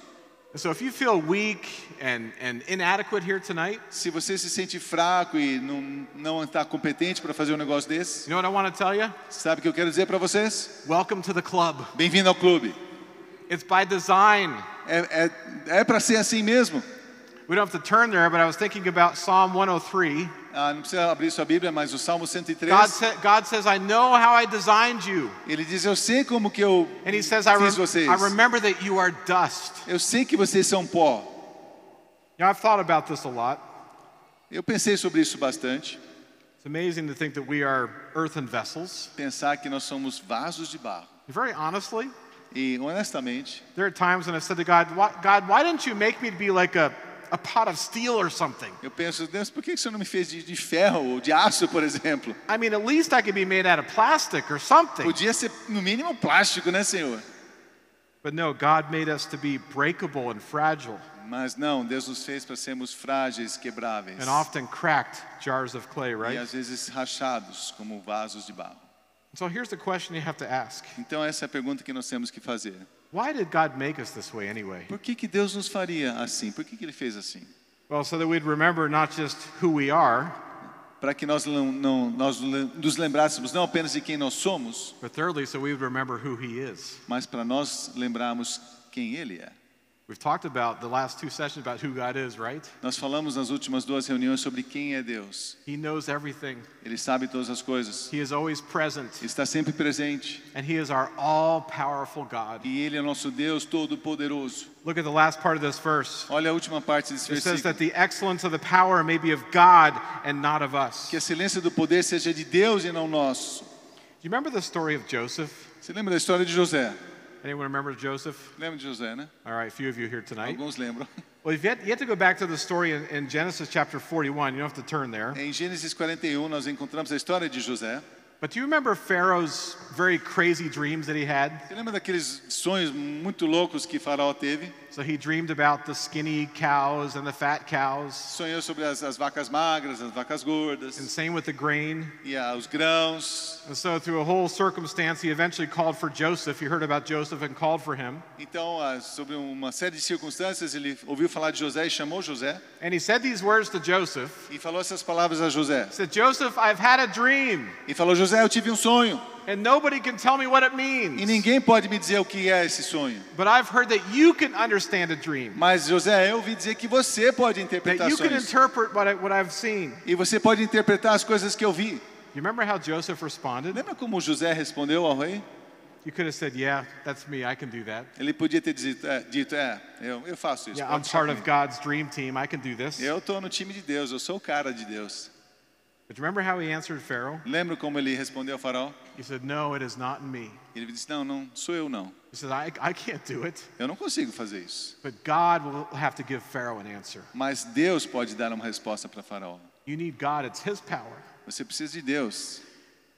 [SPEAKER 1] So if you feel weak and, and inadequate here tonight,
[SPEAKER 2] Se você se sente fraco e não, não está competente para fazer um negócio desse,
[SPEAKER 1] you know what I want to tell you?
[SPEAKER 2] sabe o que eu quero dizer para vocês?
[SPEAKER 1] Welcome to the club.
[SPEAKER 2] Bem-vindo ao clube.
[SPEAKER 1] It's by design.
[SPEAKER 2] É, é, é para ser assim mesmo.
[SPEAKER 1] We don't have to turn there, but I was thinking about Psalm 103.
[SPEAKER 2] Ah, não precisa abrir sua Bíblia, mas o Salmo
[SPEAKER 1] God,
[SPEAKER 2] 103,
[SPEAKER 1] sa- God says, I know how I designed you.
[SPEAKER 2] ele diz: Eu sei como que eu
[SPEAKER 1] And he says, I, rem-
[SPEAKER 2] fiz vocês.
[SPEAKER 1] I remember that you are dust.
[SPEAKER 2] Eu sei que vocês são pó.
[SPEAKER 1] You know, I've thought about this a lot.
[SPEAKER 2] Eu pensei sobre isso bastante.
[SPEAKER 1] It's amazing to think that we are earthen vessels.
[SPEAKER 2] Pensar que nós somos vasos de barro.
[SPEAKER 1] Very honestly,
[SPEAKER 2] E honestamente,
[SPEAKER 1] there are times when I've said to God, why, God, why didn't you make me to be like a, a pot of steel or something?
[SPEAKER 2] eu penso: Deus, por que que o Senhor não me fez de, de ferro ou de aço, por exemplo?
[SPEAKER 1] I mean, at least I could be made out of plastic or something.
[SPEAKER 2] Podia ser, no mínimo, plástico, né, Senhor?
[SPEAKER 1] But no, God made us to be breakable and fragile
[SPEAKER 2] Mas não, Deus nos fez para sermos frágeis, quebráveis
[SPEAKER 1] and often cracked jars of clay,
[SPEAKER 2] e
[SPEAKER 1] right?
[SPEAKER 2] às vezes rachados como vasos de barro.
[SPEAKER 1] So here's the question you have to ask
[SPEAKER 2] Então essa é a pergunta que nós temos que fazer.
[SPEAKER 1] Why did God make us this way anyway?
[SPEAKER 2] Por que que Deus nos faria assim? Por que que ele fez assim?
[SPEAKER 1] Well, so that we'd remember not just who we are,
[SPEAKER 2] Para que nós não, não nós le- nos lembrássemos não apenas de quem nós somos,
[SPEAKER 1] but thirdly, so we would remember who He is.
[SPEAKER 2] mas para nós lembrarmos quem ele é.
[SPEAKER 1] We've talked about the last two sessions about who God is, right?
[SPEAKER 2] Nós falamos nas últimas duas reuniões sobre quem é Deus.
[SPEAKER 1] He knows everything,
[SPEAKER 2] Ele sabe todas as coisas.
[SPEAKER 1] He is always present,
[SPEAKER 2] Está sempre presente
[SPEAKER 1] and He is our all powerful God.
[SPEAKER 2] e ele é nosso Deus todo poderoso.
[SPEAKER 1] Look at the last part of this verse.
[SPEAKER 2] Olha a última parte desse
[SPEAKER 1] It says
[SPEAKER 2] versículo.
[SPEAKER 1] that the excellence of the power may be of God and not of us.
[SPEAKER 2] Que a excelência do poder seja de Deus e não nosso.
[SPEAKER 1] Do you remember the story of Joseph?
[SPEAKER 2] Você lembra da história de José?
[SPEAKER 1] Anyone remember Joseph?
[SPEAKER 2] Lembra de José, né?
[SPEAKER 1] All right, a few of you here tonight.
[SPEAKER 2] Alguns lembram.
[SPEAKER 1] Well, if you had, you had to go back to the story in, in Genesis chapter 41. You don't have to turn there.
[SPEAKER 2] Em Gênesis 41, nós encontramos a história de José.
[SPEAKER 1] But do you remember Pharaoh's very crazy dreams that he had?
[SPEAKER 2] Você lembra daqueles sonhos muito loucos que Faraó teve?
[SPEAKER 1] So he dreamed about the skinny cows and the fat cows,
[SPEAKER 2] Sonhou sobre as, as vacas magras, as vacas
[SPEAKER 1] and
[SPEAKER 2] gordas
[SPEAKER 1] same with the grain.
[SPEAKER 2] e ah, os grãos.
[SPEAKER 1] And so, through a whole circumstance, he eventually called for Joseph. You heard about Joseph and called for him.
[SPEAKER 2] Então, ah, sobre uma série de circunstâncias, ele ouviu falar de José e chamou José
[SPEAKER 1] And he said these words to Joseph.
[SPEAKER 2] e falou essas palavras a José.
[SPEAKER 1] He said, Joseph, I've had a dream,
[SPEAKER 2] E falou: José, eu tive um sonho
[SPEAKER 1] and nobody can tell me what it
[SPEAKER 2] e
[SPEAKER 1] means.
[SPEAKER 2] ninguém pode me dizer o que é esse sonho.
[SPEAKER 1] But I've heard that you can understand a dream,
[SPEAKER 2] Mas José, eu ouvi dizer que você pode
[SPEAKER 1] that
[SPEAKER 2] interpretar
[SPEAKER 1] you can
[SPEAKER 2] sonhos.
[SPEAKER 1] interpret what, I, what I've seen.
[SPEAKER 2] E você pode interpretar as coisas que eu vi.
[SPEAKER 1] You remember how Joseph responded?
[SPEAKER 2] Lembra como José respondeu ao rei?
[SPEAKER 1] You could have said, Yeah, that's me. I can do that.
[SPEAKER 2] Ele podia ter dito, é, dito, "É, eu, eu faço isso.
[SPEAKER 1] Yeah,
[SPEAKER 2] pode
[SPEAKER 1] I'm part of
[SPEAKER 2] chamar.
[SPEAKER 1] God's dream team. I can do this.
[SPEAKER 2] Eu estou no time de Deus, eu sou o cara de Deus.
[SPEAKER 1] But remember how he answered Pharaoh?
[SPEAKER 2] Lembra como ele respondeu ao faraó?
[SPEAKER 1] He said, No, it is not in me.
[SPEAKER 2] Ele disse, não, não, sou eu não.
[SPEAKER 1] He said, I, I can't do it.
[SPEAKER 2] Eu não consigo fazer isso.
[SPEAKER 1] But God will have to give Pharaoh an answer.
[SPEAKER 2] Mas Deus pode dar uma resposta para faraó.
[SPEAKER 1] You need God, it's his power.
[SPEAKER 2] Você precisa de Deus.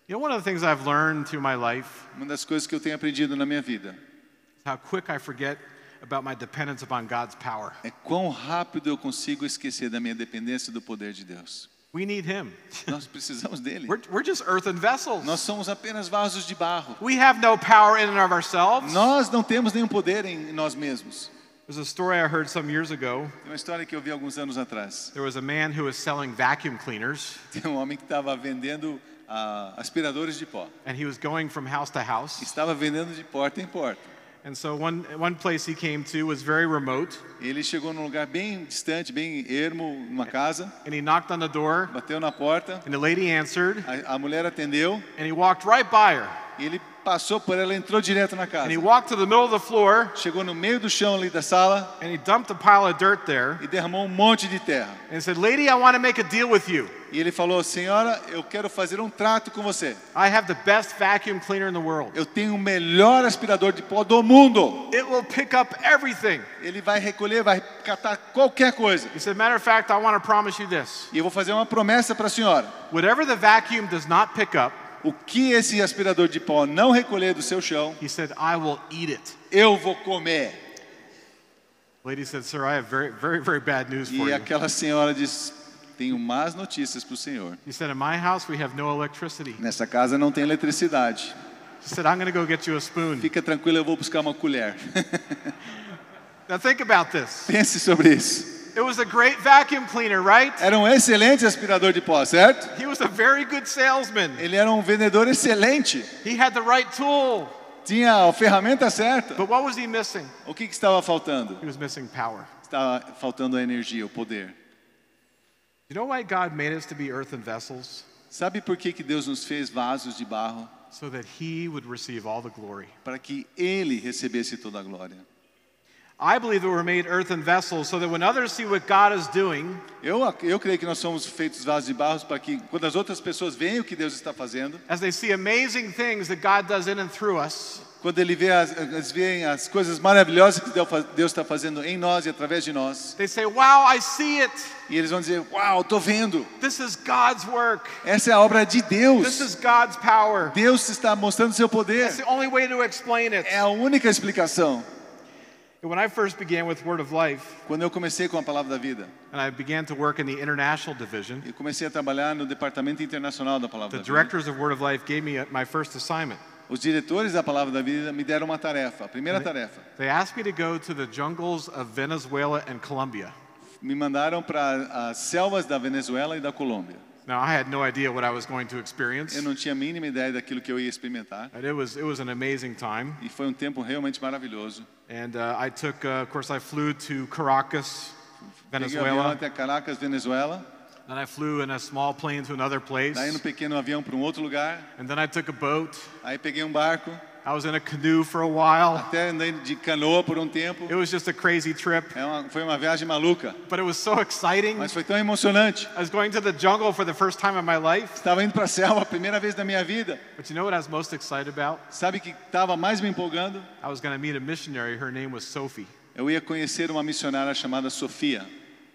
[SPEAKER 1] You know, one of the things I've learned through my life
[SPEAKER 2] Uma das coisas que eu tenho aprendido na minha vida
[SPEAKER 1] is how quick I forget about my dependence upon God's power.
[SPEAKER 2] é quão rápido eu consigo esquecer da minha dependência do poder de Deus.
[SPEAKER 1] We need him.
[SPEAKER 2] Nós precisamos dele.
[SPEAKER 1] We're, we're just earthen vessels.
[SPEAKER 2] Nós somos apenas vasos de barro.
[SPEAKER 1] We have no power in and of ourselves.
[SPEAKER 2] Nós não temos nenhum poder em nós mesmos.
[SPEAKER 1] There's a story I heard some years ago.
[SPEAKER 2] Tem uma história que eu vi alguns anos atrás.
[SPEAKER 1] There was a man who was selling vacuum cleaners,
[SPEAKER 2] Tem um homem que estava vendendo ah, aspiradores de pó.
[SPEAKER 1] and he was going from house to house.
[SPEAKER 2] Estava vendendo de porta em porta.
[SPEAKER 1] And And so one, one place he came to was very remote,
[SPEAKER 2] Ele chegou num lugar bem distante, bem ermo, numa casa,
[SPEAKER 1] and he knocked on the door,
[SPEAKER 2] bateu na porta,
[SPEAKER 1] and the lady answered,
[SPEAKER 2] a, a mulher atendeu,
[SPEAKER 1] and he walked right by her.
[SPEAKER 2] e ele passou por ela, entrou direto na casa.
[SPEAKER 1] And he walked to the middle of the floor,
[SPEAKER 2] Chegou no meio do chão ali da sala
[SPEAKER 1] and he dumped a pile of dirt there,
[SPEAKER 2] e derramou um monte de terra.
[SPEAKER 1] and said, Lady, I want to make a deal with you.
[SPEAKER 2] E ele falou: Senhora, eu quero fazer um trato com você.
[SPEAKER 1] I have the best vacuum cleaner in the world.
[SPEAKER 2] Eu tenho o melhor aspirador de pó do mundo.
[SPEAKER 1] It will pick up everything.
[SPEAKER 2] Ele vai recolher, vai catar qualquer coisa.
[SPEAKER 1] He said, Matter of fact, I want to promise you this.
[SPEAKER 2] E eu vou fazer uma promessa para a senhora:
[SPEAKER 1] Whatever the vacuum does not pick up,
[SPEAKER 2] o que esse aspirador de pó não recolher do seu chão,
[SPEAKER 1] he said, I will eat it.
[SPEAKER 2] eu vou comer.
[SPEAKER 1] Lady said, Sir, I have very, very, very bad news for
[SPEAKER 2] E
[SPEAKER 1] you.
[SPEAKER 2] aquela senhora diz: Tenho más notícias para o senhor.
[SPEAKER 1] He said, In my house, we have no electricity.
[SPEAKER 2] Nessa casa não tem eletricidade.
[SPEAKER 1] She said, I'm going to go get you a spoon.
[SPEAKER 2] Fica tranquilo, eu vou buscar uma colher.
[SPEAKER 1] Now, think about this.
[SPEAKER 2] Pense sobre isso.
[SPEAKER 1] It was a great vacuum cleaner, right?
[SPEAKER 2] Era um excelente aspirador de pó, certo?
[SPEAKER 1] He was a very good salesman.
[SPEAKER 2] Ele era um vendedor excelente.
[SPEAKER 1] He had the right tool.
[SPEAKER 2] Tinha a ferramenta certa.
[SPEAKER 1] But what was he missing?
[SPEAKER 2] O que, que estava faltando?
[SPEAKER 1] He was missing power.
[SPEAKER 2] Estava faltando a energia, o poder.
[SPEAKER 1] You know why God made us to be earthen vessels?
[SPEAKER 2] Sabe por que, que Deus nos fez vasos de barro?
[SPEAKER 1] So that he would receive all the glory.
[SPEAKER 2] Para que Ele recebesse toda a glória.
[SPEAKER 1] I believe that we're made earthen vessels so that when others see what God is doing,
[SPEAKER 2] Eu, ac- eu creio que nós somos feitos vasos de barro para que, quando as outras pessoas veem o que Deus está fazendo,
[SPEAKER 1] as they see amazing things that God does in and through us,
[SPEAKER 2] quando ele vê as, eles veem as coisas maravilhosas que Deus fa- Deus está fazendo em nós e através de nós,
[SPEAKER 1] they say, Wow, I see it.
[SPEAKER 2] e eles vão dizer: Uau, estou vendo!
[SPEAKER 1] This is God's work.
[SPEAKER 2] Essa é a obra de
[SPEAKER 1] This
[SPEAKER 2] Deus!
[SPEAKER 1] is God's power.
[SPEAKER 2] Deus está mostrando seu poder!
[SPEAKER 1] That's the only way to explain it.
[SPEAKER 2] É a única explicação.
[SPEAKER 1] When I first began with Word of Life,
[SPEAKER 2] Quando eu comecei com a palavra da vida,
[SPEAKER 1] and I began to work in the international division,
[SPEAKER 2] Eu comecei a trabalhar no departamento internacional da Palavra
[SPEAKER 1] The
[SPEAKER 2] da Vida.
[SPEAKER 1] directors of Word of Life gave me uh, my first assignment.
[SPEAKER 2] Os diretores da Palavra da Vida me deram uma tarefa, a primeira tarefa.
[SPEAKER 1] They asked me to go to the jungles of Venezuela and Colombia.
[SPEAKER 2] Me mandaram para as selvas da Venezuela e da Colômbia.
[SPEAKER 1] Now, I had no idea what I was going to experience,
[SPEAKER 2] Eu não tinha a mínima ideia daquilo que eu ia experimentar.
[SPEAKER 1] but it was, it was an amazing time.
[SPEAKER 2] E foi um tempo realmente maravilhoso.
[SPEAKER 1] And uh, I took, uh, of course, I flew to Caracas,
[SPEAKER 2] Peguei o avião
[SPEAKER 1] Venezuela.
[SPEAKER 2] até Caracas, Venezuela.
[SPEAKER 1] Then I flew in a small plane to another place.
[SPEAKER 2] Daí no pequeno avião para um outro lugar.
[SPEAKER 1] And then I took a boat.
[SPEAKER 2] Aí peguei um barco.
[SPEAKER 1] I was in a canoe for a while.
[SPEAKER 2] Até andei de canoa por um tempo.
[SPEAKER 1] It was just a crazy trip,
[SPEAKER 2] É uma, foi uma viagem maluca.
[SPEAKER 1] but it was so exciting.
[SPEAKER 2] Mas foi tão emocionante.
[SPEAKER 1] I was going to the jungle for the first time in my life.
[SPEAKER 2] Estava indo para a selva a primeira vez na minha vida.
[SPEAKER 1] But you know what I was most excited about?
[SPEAKER 2] Sabe o que estava mais me empolgando?
[SPEAKER 1] I was going to meet a missionary. Her name was Sophie.
[SPEAKER 2] Eu ia conhecer uma missionária chamada Sofia.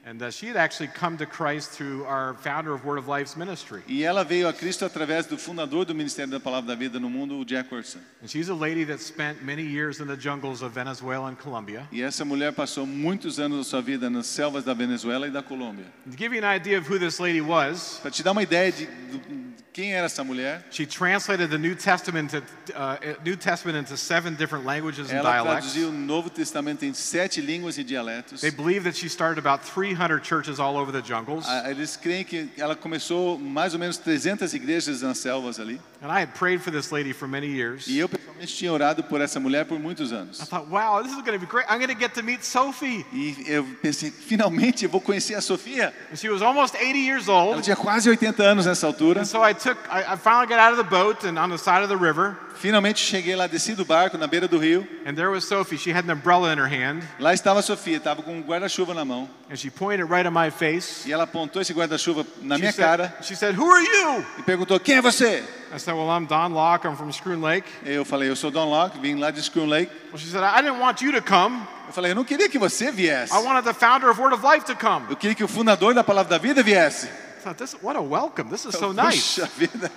[SPEAKER 1] And uh, she had actually come to Christ through our founder of Word of Life's ministry.
[SPEAKER 2] E ela veio a Cristo através do fundador do Ministério da Palavra da Vida no mundo, o Jack Wilson.
[SPEAKER 1] And she's a lady that spent many years in the jungles of Venezuela and Colombia.
[SPEAKER 2] E essa mulher passou muitos anos da sua vida nas selvas da Venezuela e da Colômbia.
[SPEAKER 1] And to give you an idea of who this lady was,
[SPEAKER 2] Para te dar uma ideia de, do- quem era essa mulher,
[SPEAKER 1] she translated the New Testament, into, uh, New Testament into seven different languages and
[SPEAKER 2] ela
[SPEAKER 1] dialects.
[SPEAKER 2] traduziu o Novo Testamento em sete línguas e dialetos.
[SPEAKER 1] They believe that she started about 300 churches all over the jungles.
[SPEAKER 2] Ah, Eles creem que ela começou mais ou menos 300 igrejas nas selvas ali.
[SPEAKER 1] And I had prayed for this lady for many years.
[SPEAKER 2] E eu pessoalmente tinha orado por essa mulher por muitos
[SPEAKER 1] I
[SPEAKER 2] anos.
[SPEAKER 1] thought, wow, this is going to be great. I'm going to get to meet Sophie.
[SPEAKER 2] E eu pensei, finalmente eu vou conhecer a Sofia.
[SPEAKER 1] And she was almost 80 years
[SPEAKER 2] Ela
[SPEAKER 1] old.
[SPEAKER 2] tinha quase 80 anos nessa altura.
[SPEAKER 1] And so I took, I, I finally got out of the boat and on the side of the river,
[SPEAKER 2] Finalmente cheguei lá, desci do barco na beira do rio.
[SPEAKER 1] and there was Sophie. She had an umbrella in her hand,
[SPEAKER 2] Lá estava a Sofia, estava com um guarda-chuva na mão.
[SPEAKER 1] and she pointed right at my face.
[SPEAKER 2] E ela apontou esse guarda-chuva na
[SPEAKER 1] She
[SPEAKER 2] minha
[SPEAKER 1] said-
[SPEAKER 2] cara
[SPEAKER 1] she said, Who are you?
[SPEAKER 2] e perguntou: Quem é você?
[SPEAKER 1] I said, Well, I'm Don Locke. I'm from Scroon Lake.
[SPEAKER 2] Eu falei: Eu sou Don Locke, vim lá de Scream Lake.
[SPEAKER 1] Well, she said, I didn't want you to come.
[SPEAKER 2] Eu falei: Eu não queria que você viesse.
[SPEAKER 1] I wanted the founder of Word of Life to come.
[SPEAKER 2] Eu queria que o fundador da Palavra da Vida viesse.
[SPEAKER 1] I thought, this, What a welcome. This is so
[SPEAKER 2] Eu,
[SPEAKER 1] nice.
[SPEAKER 2] Puxa vida,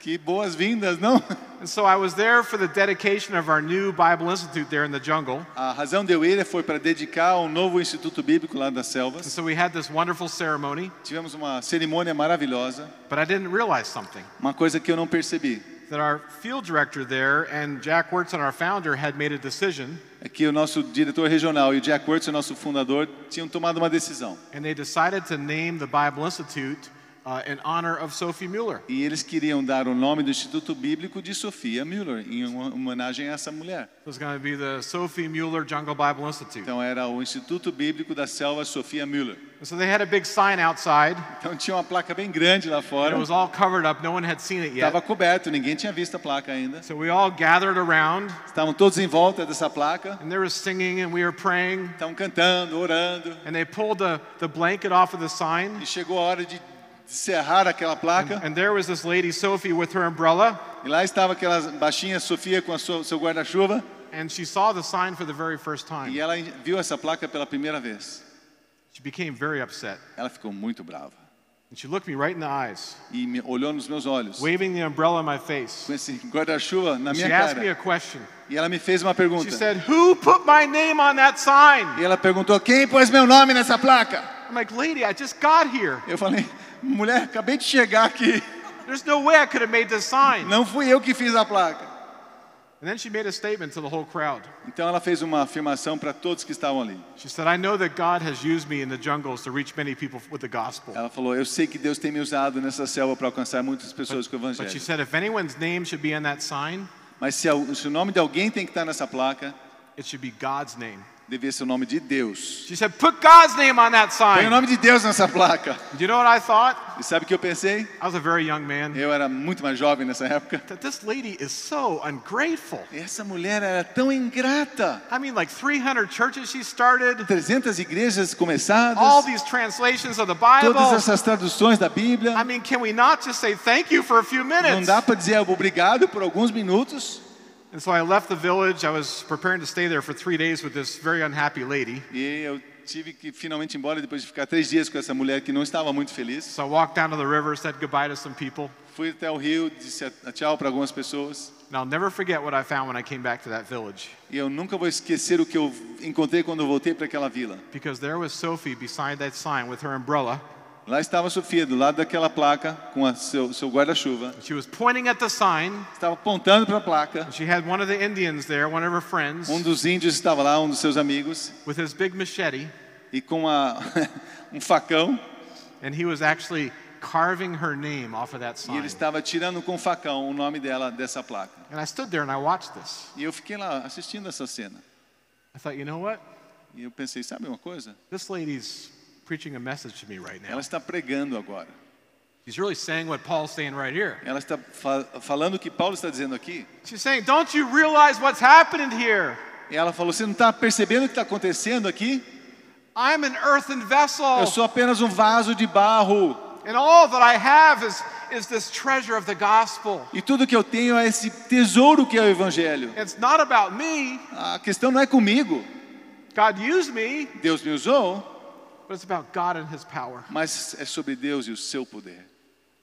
[SPEAKER 2] que boas-vindas, não?
[SPEAKER 1] And so I was there for the dedication of our new Bible Institute there in the jungle.
[SPEAKER 2] A razão de eu ir é foi para dedicar um novo instituto bíblico lá das
[SPEAKER 1] And
[SPEAKER 2] selvas.
[SPEAKER 1] so we had this wonderful ceremony,
[SPEAKER 2] Tivemos uma cerimônia maravilhosa,
[SPEAKER 1] but I didn't realize something.
[SPEAKER 2] uma coisa que eu não percebi.
[SPEAKER 1] That our field director there and Jack Wertz, our founder, had made a decision
[SPEAKER 2] é que o nosso diretor regional e o Jack Wirtz, o nosso fundador, tinham tomado uma decisão.
[SPEAKER 1] And they decided to name the Bible Institute uh, in honor of Sophie Mueller.
[SPEAKER 2] E eles queriam dar o nome do Instituto Bíblico de Sofia Müller, em uma- homenagem a essa mulher.
[SPEAKER 1] So it's going to be the Sophie Mueller Jungle Bible Institute.
[SPEAKER 2] Então era o Instituto Bíblico da Selva Sofia Müller.
[SPEAKER 1] And So they had a big sign outside.
[SPEAKER 2] Então tinha uma placa bem grande lá
[SPEAKER 1] and
[SPEAKER 2] fora.
[SPEAKER 1] It was all covered up. No one had seen it
[SPEAKER 2] Estava
[SPEAKER 1] yet.
[SPEAKER 2] coberto, ninguém tinha visto a placa ainda.
[SPEAKER 1] So we all gathered around,
[SPEAKER 2] Estavam todos em volta dessa placa,
[SPEAKER 1] and there was singing, and we were praying.
[SPEAKER 2] estavam cantando, orando.
[SPEAKER 1] And they pulled the, the blanket off of the sign.
[SPEAKER 2] E chegou a hora de encerrar aquela placa.
[SPEAKER 1] And there was this lady, Sophie, with her umbrella.
[SPEAKER 2] E lá estava aquela baixinha Sofia com a sua, seu guarda-chuva.
[SPEAKER 1] And she saw the sign for the very first
[SPEAKER 2] E
[SPEAKER 1] time.
[SPEAKER 2] ela viu essa placa pela primeira vez.
[SPEAKER 1] She became very upset.
[SPEAKER 2] Ela ficou muito brava.
[SPEAKER 1] And she looked me right in the eyes,
[SPEAKER 2] E me olhou nos meus olhos,
[SPEAKER 1] waving the umbrella in my face.
[SPEAKER 2] com esse guarda-chuva na
[SPEAKER 1] She
[SPEAKER 2] minha
[SPEAKER 1] asked me a
[SPEAKER 2] cara.
[SPEAKER 1] question.
[SPEAKER 2] E ela me fez uma pergunta.
[SPEAKER 1] She said, Who put my name on that sign?
[SPEAKER 2] E ela perguntou: Quem pôs meu nome nessa placa?
[SPEAKER 1] I'm like, Lady, I just got here.
[SPEAKER 2] Eu falei: Mulher, acabei de chegar aqui.
[SPEAKER 1] There's no way I could have made this sign.
[SPEAKER 2] Não fui eu que fiz a placa.
[SPEAKER 1] And then she made a statement to the whole crowd.
[SPEAKER 2] Então ela fez uma afirmação para todos que estavam ali.
[SPEAKER 1] She said, I know that God has used me in the jungles to reach many people with the gospel.
[SPEAKER 2] Ela falou: Eu sei que Deus tem me usado nessa selva para alcançar muitas pessoas com o
[SPEAKER 1] But she
[SPEAKER 2] evangelho.
[SPEAKER 1] said, if anyone's name should be on that sign,
[SPEAKER 2] Mas se, al- se o nome de alguém tem que estar nessa placa,
[SPEAKER 1] it should be God's name.
[SPEAKER 2] devia ser o nome de Deus.
[SPEAKER 1] She said, put God's name on that
[SPEAKER 2] Põe o
[SPEAKER 1] sign.
[SPEAKER 2] nome de Deus nessa placa.
[SPEAKER 1] Do you know what I thought?
[SPEAKER 2] E sabe o que eu pensei?
[SPEAKER 1] I was a very young man.
[SPEAKER 2] Eu era muito mais jovem nessa época.
[SPEAKER 1] That this lady is so ungrateful.
[SPEAKER 2] E Essa mulher era tão ingrata.
[SPEAKER 1] I mean, like 300 churches she started,
[SPEAKER 2] 300 igrejas
[SPEAKER 1] all
[SPEAKER 2] começadas,
[SPEAKER 1] these translations of the
[SPEAKER 2] todas
[SPEAKER 1] Bible.
[SPEAKER 2] essas traduções da Bíblia.
[SPEAKER 1] I mean, can we not just say thank you for a few
[SPEAKER 2] Não
[SPEAKER 1] minutes?
[SPEAKER 2] dá para dizer "Ah, obrigado por alguns minutos.
[SPEAKER 1] And so I left the village. I was preparing to stay there for three days with this very unhappy lady.
[SPEAKER 2] E eu tive que finalmente ir embora depois de ficar três dias com essa mulher que não estava muito feliz.
[SPEAKER 1] So I walked down to the river, said goodbye to some people,
[SPEAKER 2] Fui até o Rio, disse a- a tchau para algumas pessoas.
[SPEAKER 1] and I'll never forget what I found when I came back to that village
[SPEAKER 2] E eu nunca vou esquecer o que eu encontrei quando eu voltei para aquela vila.
[SPEAKER 1] because there was Sophie beside that sign with her umbrella.
[SPEAKER 2] Lá estava a Sofia, do lado daquela placa, com a seu, seu guarda-chuva.
[SPEAKER 1] She was pointing at the sign.
[SPEAKER 2] Estava apontando para a placa.
[SPEAKER 1] She had one of the Indians there, one of her friends,
[SPEAKER 2] Um dos índios estava lá, um dos seus amigos,
[SPEAKER 1] with his big machete,
[SPEAKER 2] e com a, um facão.
[SPEAKER 1] and he was actually carving her name off of that
[SPEAKER 2] E
[SPEAKER 1] sign.
[SPEAKER 2] ele estava tirando com o facão o nome dela dessa placa.
[SPEAKER 1] And I stood there and I watched this.
[SPEAKER 2] E eu fiquei lá assistindo essa cena.
[SPEAKER 1] I thought, you know what?
[SPEAKER 2] E eu pensei, sabe uma coisa?
[SPEAKER 1] This lady's preaching a message to me right now.
[SPEAKER 2] Ela está pregando agora.
[SPEAKER 1] She's really saying what Paul's saying right here.
[SPEAKER 2] Ela está fa falando o que Paulo está dizendo aqui.
[SPEAKER 1] She's saying, Don't you realize what's happening here?
[SPEAKER 2] E ela falou: Você não está percebendo o que está acontecendo aqui?
[SPEAKER 1] I'm an earthen vessel,
[SPEAKER 2] Eu sou apenas um vaso de barro.
[SPEAKER 1] and all that I have is, is this treasure of the gospel.
[SPEAKER 2] E tudo que eu tenho é esse tesouro que é o Evangelho.
[SPEAKER 1] It's not about me.
[SPEAKER 2] A questão não é comigo.
[SPEAKER 1] God used me,
[SPEAKER 2] Deus me usou,
[SPEAKER 1] but it's about God and His power.
[SPEAKER 2] mas é sobre Deus e o seu poder.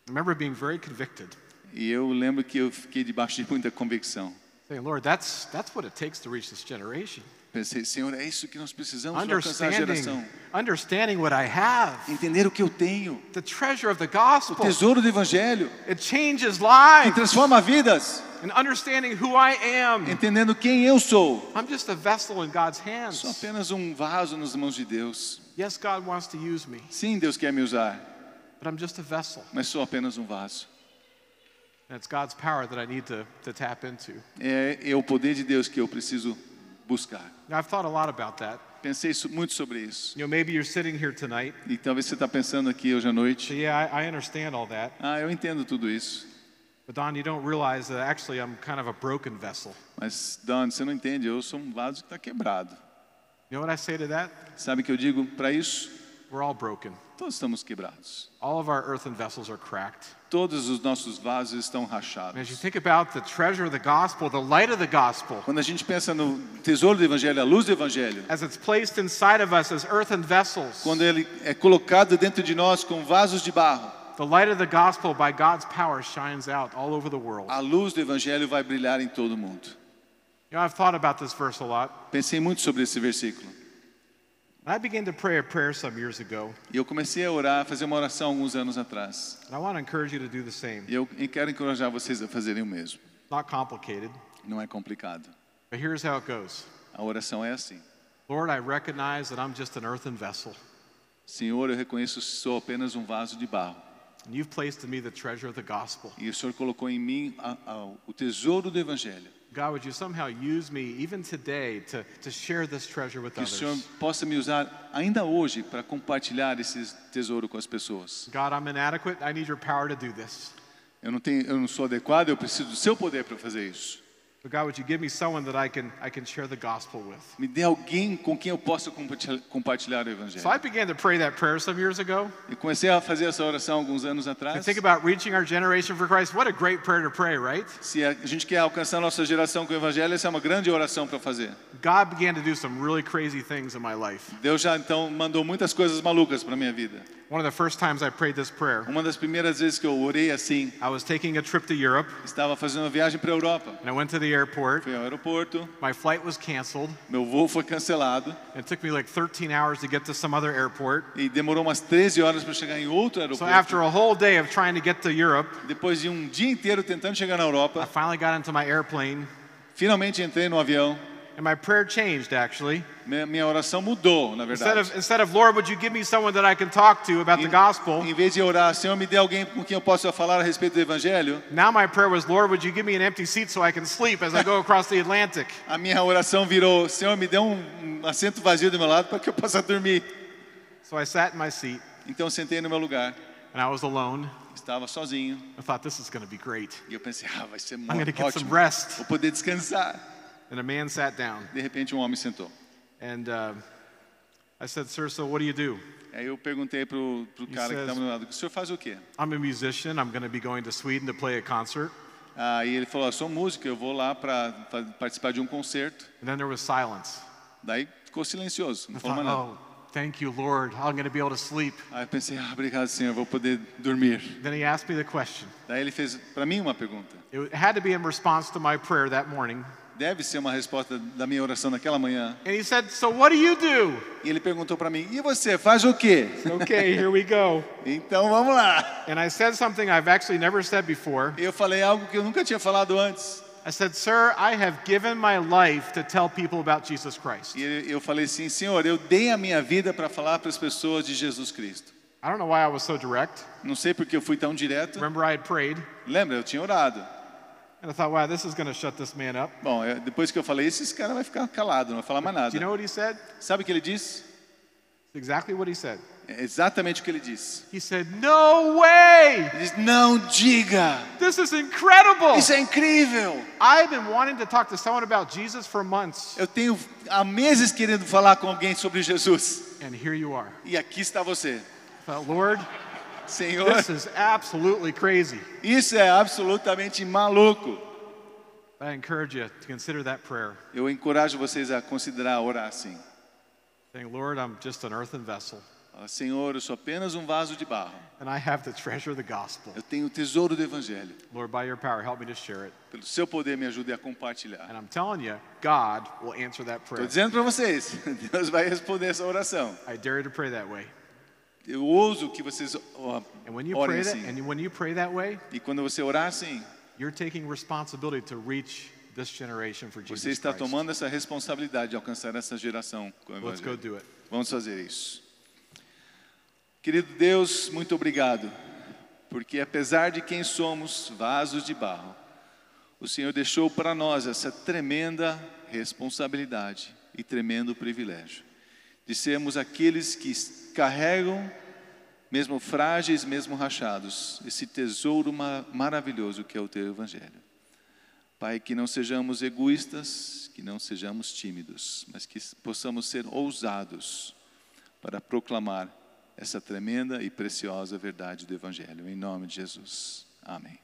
[SPEAKER 1] I remember being very convicted,
[SPEAKER 2] E eu lembro que eu fiquei debaixo de muita convicção.
[SPEAKER 1] saying, Lord, that's, that's what it takes to reach this generation.
[SPEAKER 2] Pensei, Senhor, é isso que nós precisamos para alcançar a
[SPEAKER 1] Understanding,
[SPEAKER 2] geração.
[SPEAKER 1] understanding what I have,
[SPEAKER 2] Entender o que eu tenho.
[SPEAKER 1] the treasure of the
[SPEAKER 2] O
[SPEAKER 1] gospel,
[SPEAKER 2] tesouro do Evangelho.
[SPEAKER 1] it changes
[SPEAKER 2] Que
[SPEAKER 1] lives,
[SPEAKER 2] transforma vidas.
[SPEAKER 1] and understanding who I am.
[SPEAKER 2] Entendendo quem eu sou.
[SPEAKER 1] I'm just a vessel in God's
[SPEAKER 2] Sou
[SPEAKER 1] hands.
[SPEAKER 2] apenas um vaso nas mãos de Deus.
[SPEAKER 1] Yes, God wants to use me,
[SPEAKER 2] Sim, Deus quer me usar,
[SPEAKER 1] but I'm just a vessel.
[SPEAKER 2] mas sou apenas um vaso.
[SPEAKER 1] And it's God's power that I need to, to tap into.
[SPEAKER 2] É, é o poder de Deus que eu preciso buscar.
[SPEAKER 1] Now, I've thought a lot about that.
[SPEAKER 2] Pensei so- muito sobre isso.
[SPEAKER 1] You know, maybe you're sitting here tonight.
[SPEAKER 2] E talvez você está pensando aqui hoje à
[SPEAKER 1] So,
[SPEAKER 2] noite.
[SPEAKER 1] yeah, I, I understand all that.
[SPEAKER 2] Ah, eu entendo tudo isso.
[SPEAKER 1] But, Don, you don't realize that actually I'm kind of a broken vessel.
[SPEAKER 2] Mas, Don, você não entende. Eu sou um vaso que está quebrado.
[SPEAKER 1] You know what I say to that?
[SPEAKER 2] Sabe o que eu digo para isso?
[SPEAKER 1] We're all broken.
[SPEAKER 2] Todos estamos quebrados.
[SPEAKER 1] All of our earthen vessels are cracked.
[SPEAKER 2] Todos os nossos vasos estão
[SPEAKER 1] And as you
[SPEAKER 2] rachados.
[SPEAKER 1] think about the treasure of the gospel, the light of the gospel,
[SPEAKER 2] Quando a gente pensa no tesouro do Evangelho, a luz do Evangelho,
[SPEAKER 1] as it's placed inside of us as earthen vessels,
[SPEAKER 2] quando ele é colocado dentro de nós com vasos de barro,
[SPEAKER 1] the light of the gospel by God's power shines out all over the world.
[SPEAKER 2] A luz do evangelho vai brilhar em todo mundo.
[SPEAKER 1] You know, I've thought about this verse a lot.
[SPEAKER 2] Pensei muito sobre esse versículo.
[SPEAKER 1] And I began to pray a prayer some years ago.
[SPEAKER 2] E eu comecei a orar, a fazer uma oração alguns anos atrás.
[SPEAKER 1] And I want to encourage you to do the same.
[SPEAKER 2] E eu quero encorajar vocês a fazerem o mesmo.
[SPEAKER 1] Not complicated,
[SPEAKER 2] Não é complicado.
[SPEAKER 1] but here's how it goes
[SPEAKER 2] A oração é assim.
[SPEAKER 1] Lord, I recognize that I'm just an earthen vessel.
[SPEAKER 2] Senhor, eu reconheço que sou apenas um vaso de barro.
[SPEAKER 1] And you've placed in me the treasure of the gospel.
[SPEAKER 2] E o Senhor colocou em mim a- a- o tesouro do Evangelho.
[SPEAKER 1] God, would you somehow use me even today to, to share this treasure with
[SPEAKER 2] Que o Senhor
[SPEAKER 1] others?
[SPEAKER 2] possa me usar ainda hoje para compartilhar esse tesouro com as pessoas.
[SPEAKER 1] God, I'm inadequate. I need your power to do this.
[SPEAKER 2] Eu não, tenho, eu não sou adequado, eu preciso do seu poder para fazer isso.
[SPEAKER 1] But God, would you give me someone that I can, I can share the gospel with?
[SPEAKER 2] Me dê alguém com quem eu possa compartilhar, compartilhar o
[SPEAKER 1] So I
[SPEAKER 2] Evangelho.
[SPEAKER 1] began to pray that prayer some years ago.
[SPEAKER 2] E comecei a fazer essa oração alguns anos
[SPEAKER 1] And
[SPEAKER 2] atrás.
[SPEAKER 1] think about reaching our generation for Christ. What a great prayer to pray, right?
[SPEAKER 2] Se a gente quer alcançar a nossa geração com o Evangelho, essa é uma grande oração para fazer.
[SPEAKER 1] God began to do some really crazy things in my life.
[SPEAKER 2] Deus já então mandou muitas coisas malucas para minha vida.
[SPEAKER 1] One of the first times I prayed this prayer,
[SPEAKER 2] Uma das primeiras vezes que eu orei assim,
[SPEAKER 1] I was taking a trip to Europe
[SPEAKER 2] estava fazendo uma viagem para a Europa.
[SPEAKER 1] and I went to the airport.
[SPEAKER 2] Fui ao aeroporto,
[SPEAKER 1] My flight was canceled.
[SPEAKER 2] meu voo foi cancelado
[SPEAKER 1] It took me like 13 hours to get to some other airport.
[SPEAKER 2] e demorou umas 13 horas para chegar em outro
[SPEAKER 1] So
[SPEAKER 2] aeroporto.
[SPEAKER 1] after a whole day of trying to get to Europe,
[SPEAKER 2] Depois de um dia inteiro tentando chegar na
[SPEAKER 1] I
[SPEAKER 2] Europa,
[SPEAKER 1] finally got into my airplane
[SPEAKER 2] finalmente entrei no avião.
[SPEAKER 1] and my prayer changed actually.
[SPEAKER 2] Minha minha oração mudou, na
[SPEAKER 1] Instead
[SPEAKER 2] verdade.
[SPEAKER 1] of, instead of Lord, would you give me someone that I can talk to about the gospel?
[SPEAKER 2] Em vez de orar, Senhor, me dê alguém com quem eu possa falar a respeito do Evangelho,
[SPEAKER 1] Now my prayer was, Lord, would you give me an empty seat so I can sleep as I go across the Atlantic?
[SPEAKER 2] a minha oração virou, Senhor, me dê um um assento vazio do meu lado para que eu possa dormir.
[SPEAKER 1] So I sat in my seat
[SPEAKER 2] Então eu sentei no meu lugar,
[SPEAKER 1] and I was alone.
[SPEAKER 2] estava sozinho,
[SPEAKER 1] I thought this is going to be great.
[SPEAKER 2] e eu pensei, ah, vai ser
[SPEAKER 1] I'm going to
[SPEAKER 2] muito
[SPEAKER 1] get some
[SPEAKER 2] ótimo.
[SPEAKER 1] rest.
[SPEAKER 2] Vou poder descansar.
[SPEAKER 1] And a man sat down
[SPEAKER 2] De repente um homem sentou.
[SPEAKER 1] and uh, I said, Sir, so what do you do?
[SPEAKER 2] Aí eu perguntei pro, pro cara que
[SPEAKER 1] says-
[SPEAKER 2] estava do meu lado, o senhor faz o quê?
[SPEAKER 1] I'm a musician. I'm going to be going to Sweden to play a concert.
[SPEAKER 2] Aí ele falou, ah, sou músico, eu vou lá para participar de um concerto.
[SPEAKER 1] And then there was silence.
[SPEAKER 2] Daí ficou silencioso, não
[SPEAKER 1] I
[SPEAKER 2] falou
[SPEAKER 1] thought,
[SPEAKER 2] mais nada.
[SPEAKER 1] oh, thank you, Lord. I'm going to be able to sleep.
[SPEAKER 2] Aí eu pensei, ah, obrigado senhor, vou poder dormir.
[SPEAKER 1] Then he asked me the question.
[SPEAKER 2] Daí ele fez para mim uma pergunta.
[SPEAKER 1] It had to be in response to my prayer that morning.
[SPEAKER 2] Deve ser uma resposta da minha oração naquela manhã.
[SPEAKER 1] And he said, So what do you do?
[SPEAKER 2] E ele perguntou para mim, e você faz o quê?
[SPEAKER 1] Okay, here we go.
[SPEAKER 2] Então vamos lá.
[SPEAKER 1] And I said something I've actually never said before.
[SPEAKER 2] E eu falei algo que eu nunca tinha falado antes.
[SPEAKER 1] I said, Sir, I have given my life to tell people about Jesus Christ.
[SPEAKER 2] E ele- eu falei assim, senhor, eu dei a minha vida para falar para as pessoas de Jesus Cristo.
[SPEAKER 1] I don't know why I was so direct.
[SPEAKER 2] Não sei porque eu fui tão direto.
[SPEAKER 1] Remember, I had prayed,
[SPEAKER 2] Lembra, eu tinha orado.
[SPEAKER 1] and I thought, wow, this is going to shut this man up.
[SPEAKER 2] Bom, é, depois que eu falei isso, esse cara vai ficar calado, não vai falar mais
[SPEAKER 1] Do you
[SPEAKER 2] nada.
[SPEAKER 1] know what he said?
[SPEAKER 2] Sabe o que ele disse?
[SPEAKER 1] Exactly what he said.
[SPEAKER 2] É exatamente o que ele disse.
[SPEAKER 1] He said, No way!
[SPEAKER 2] Ele disse, não diga!
[SPEAKER 1] This is incredible!
[SPEAKER 2] Isso é incrível!
[SPEAKER 1] I've been wanting to talk to someone about Jesus for months,
[SPEAKER 2] Eu tenho há meses querendo falar com alguém sobre Jesus.
[SPEAKER 1] and here you are.
[SPEAKER 2] E aqui está você.
[SPEAKER 1] I thought, Lord,
[SPEAKER 2] Senhor,
[SPEAKER 1] this is absolutely crazy.
[SPEAKER 2] isso é absolutamente maluco.
[SPEAKER 1] I encourage you to consider that prayer,
[SPEAKER 2] Eu encorajo vocês a considerar orar assim.
[SPEAKER 1] saying, Lord, I'm just an earthen vessel,
[SPEAKER 2] Fala, Senhor, eu sou apenas um vaso de barro.
[SPEAKER 1] and I have the treasure of the gospel.
[SPEAKER 2] Eu tenho o tesouro do Evangelho.
[SPEAKER 1] Lord, by your power, help me to share it.
[SPEAKER 2] Pelo seu poder, me ajude a compartilhar.
[SPEAKER 1] And I'm telling you, God will answer that
[SPEAKER 2] Estou
[SPEAKER 1] prayer.
[SPEAKER 2] dizendo para vocês, Deus vai responder essa oração.
[SPEAKER 1] I dare you to pray that way.
[SPEAKER 2] Eu ouso que vocês ó,
[SPEAKER 1] And when you
[SPEAKER 2] orem
[SPEAKER 1] pray that,
[SPEAKER 2] assim.
[SPEAKER 1] and when you pray that way,
[SPEAKER 2] E quando você orar assim,
[SPEAKER 1] You're taking responsibility to reach this generation for
[SPEAKER 2] você
[SPEAKER 1] Jesus
[SPEAKER 2] está
[SPEAKER 1] Christ.
[SPEAKER 2] tomando essa responsabilidade de alcançar essa geração com o
[SPEAKER 1] Let's go
[SPEAKER 2] Evangelho.
[SPEAKER 1] do it.
[SPEAKER 2] Vamos fazer isso. Querido Deus, muito obrigado, porque apesar de quem somos, vasos de barro, o Senhor deixou para nós essa tremenda responsabilidade e tremendo privilégio de sermos aqueles que carregam, mesmo frágeis, mesmo rachados, esse tesouro ma- maravilhoso que é o teu Evangelho. Pai, que não sejamos egoístas, que não sejamos tímidos, mas que possamos ser ousados para proclamar essa tremenda e preciosa verdade do Evangelho. Em nome de Jesus. Amém.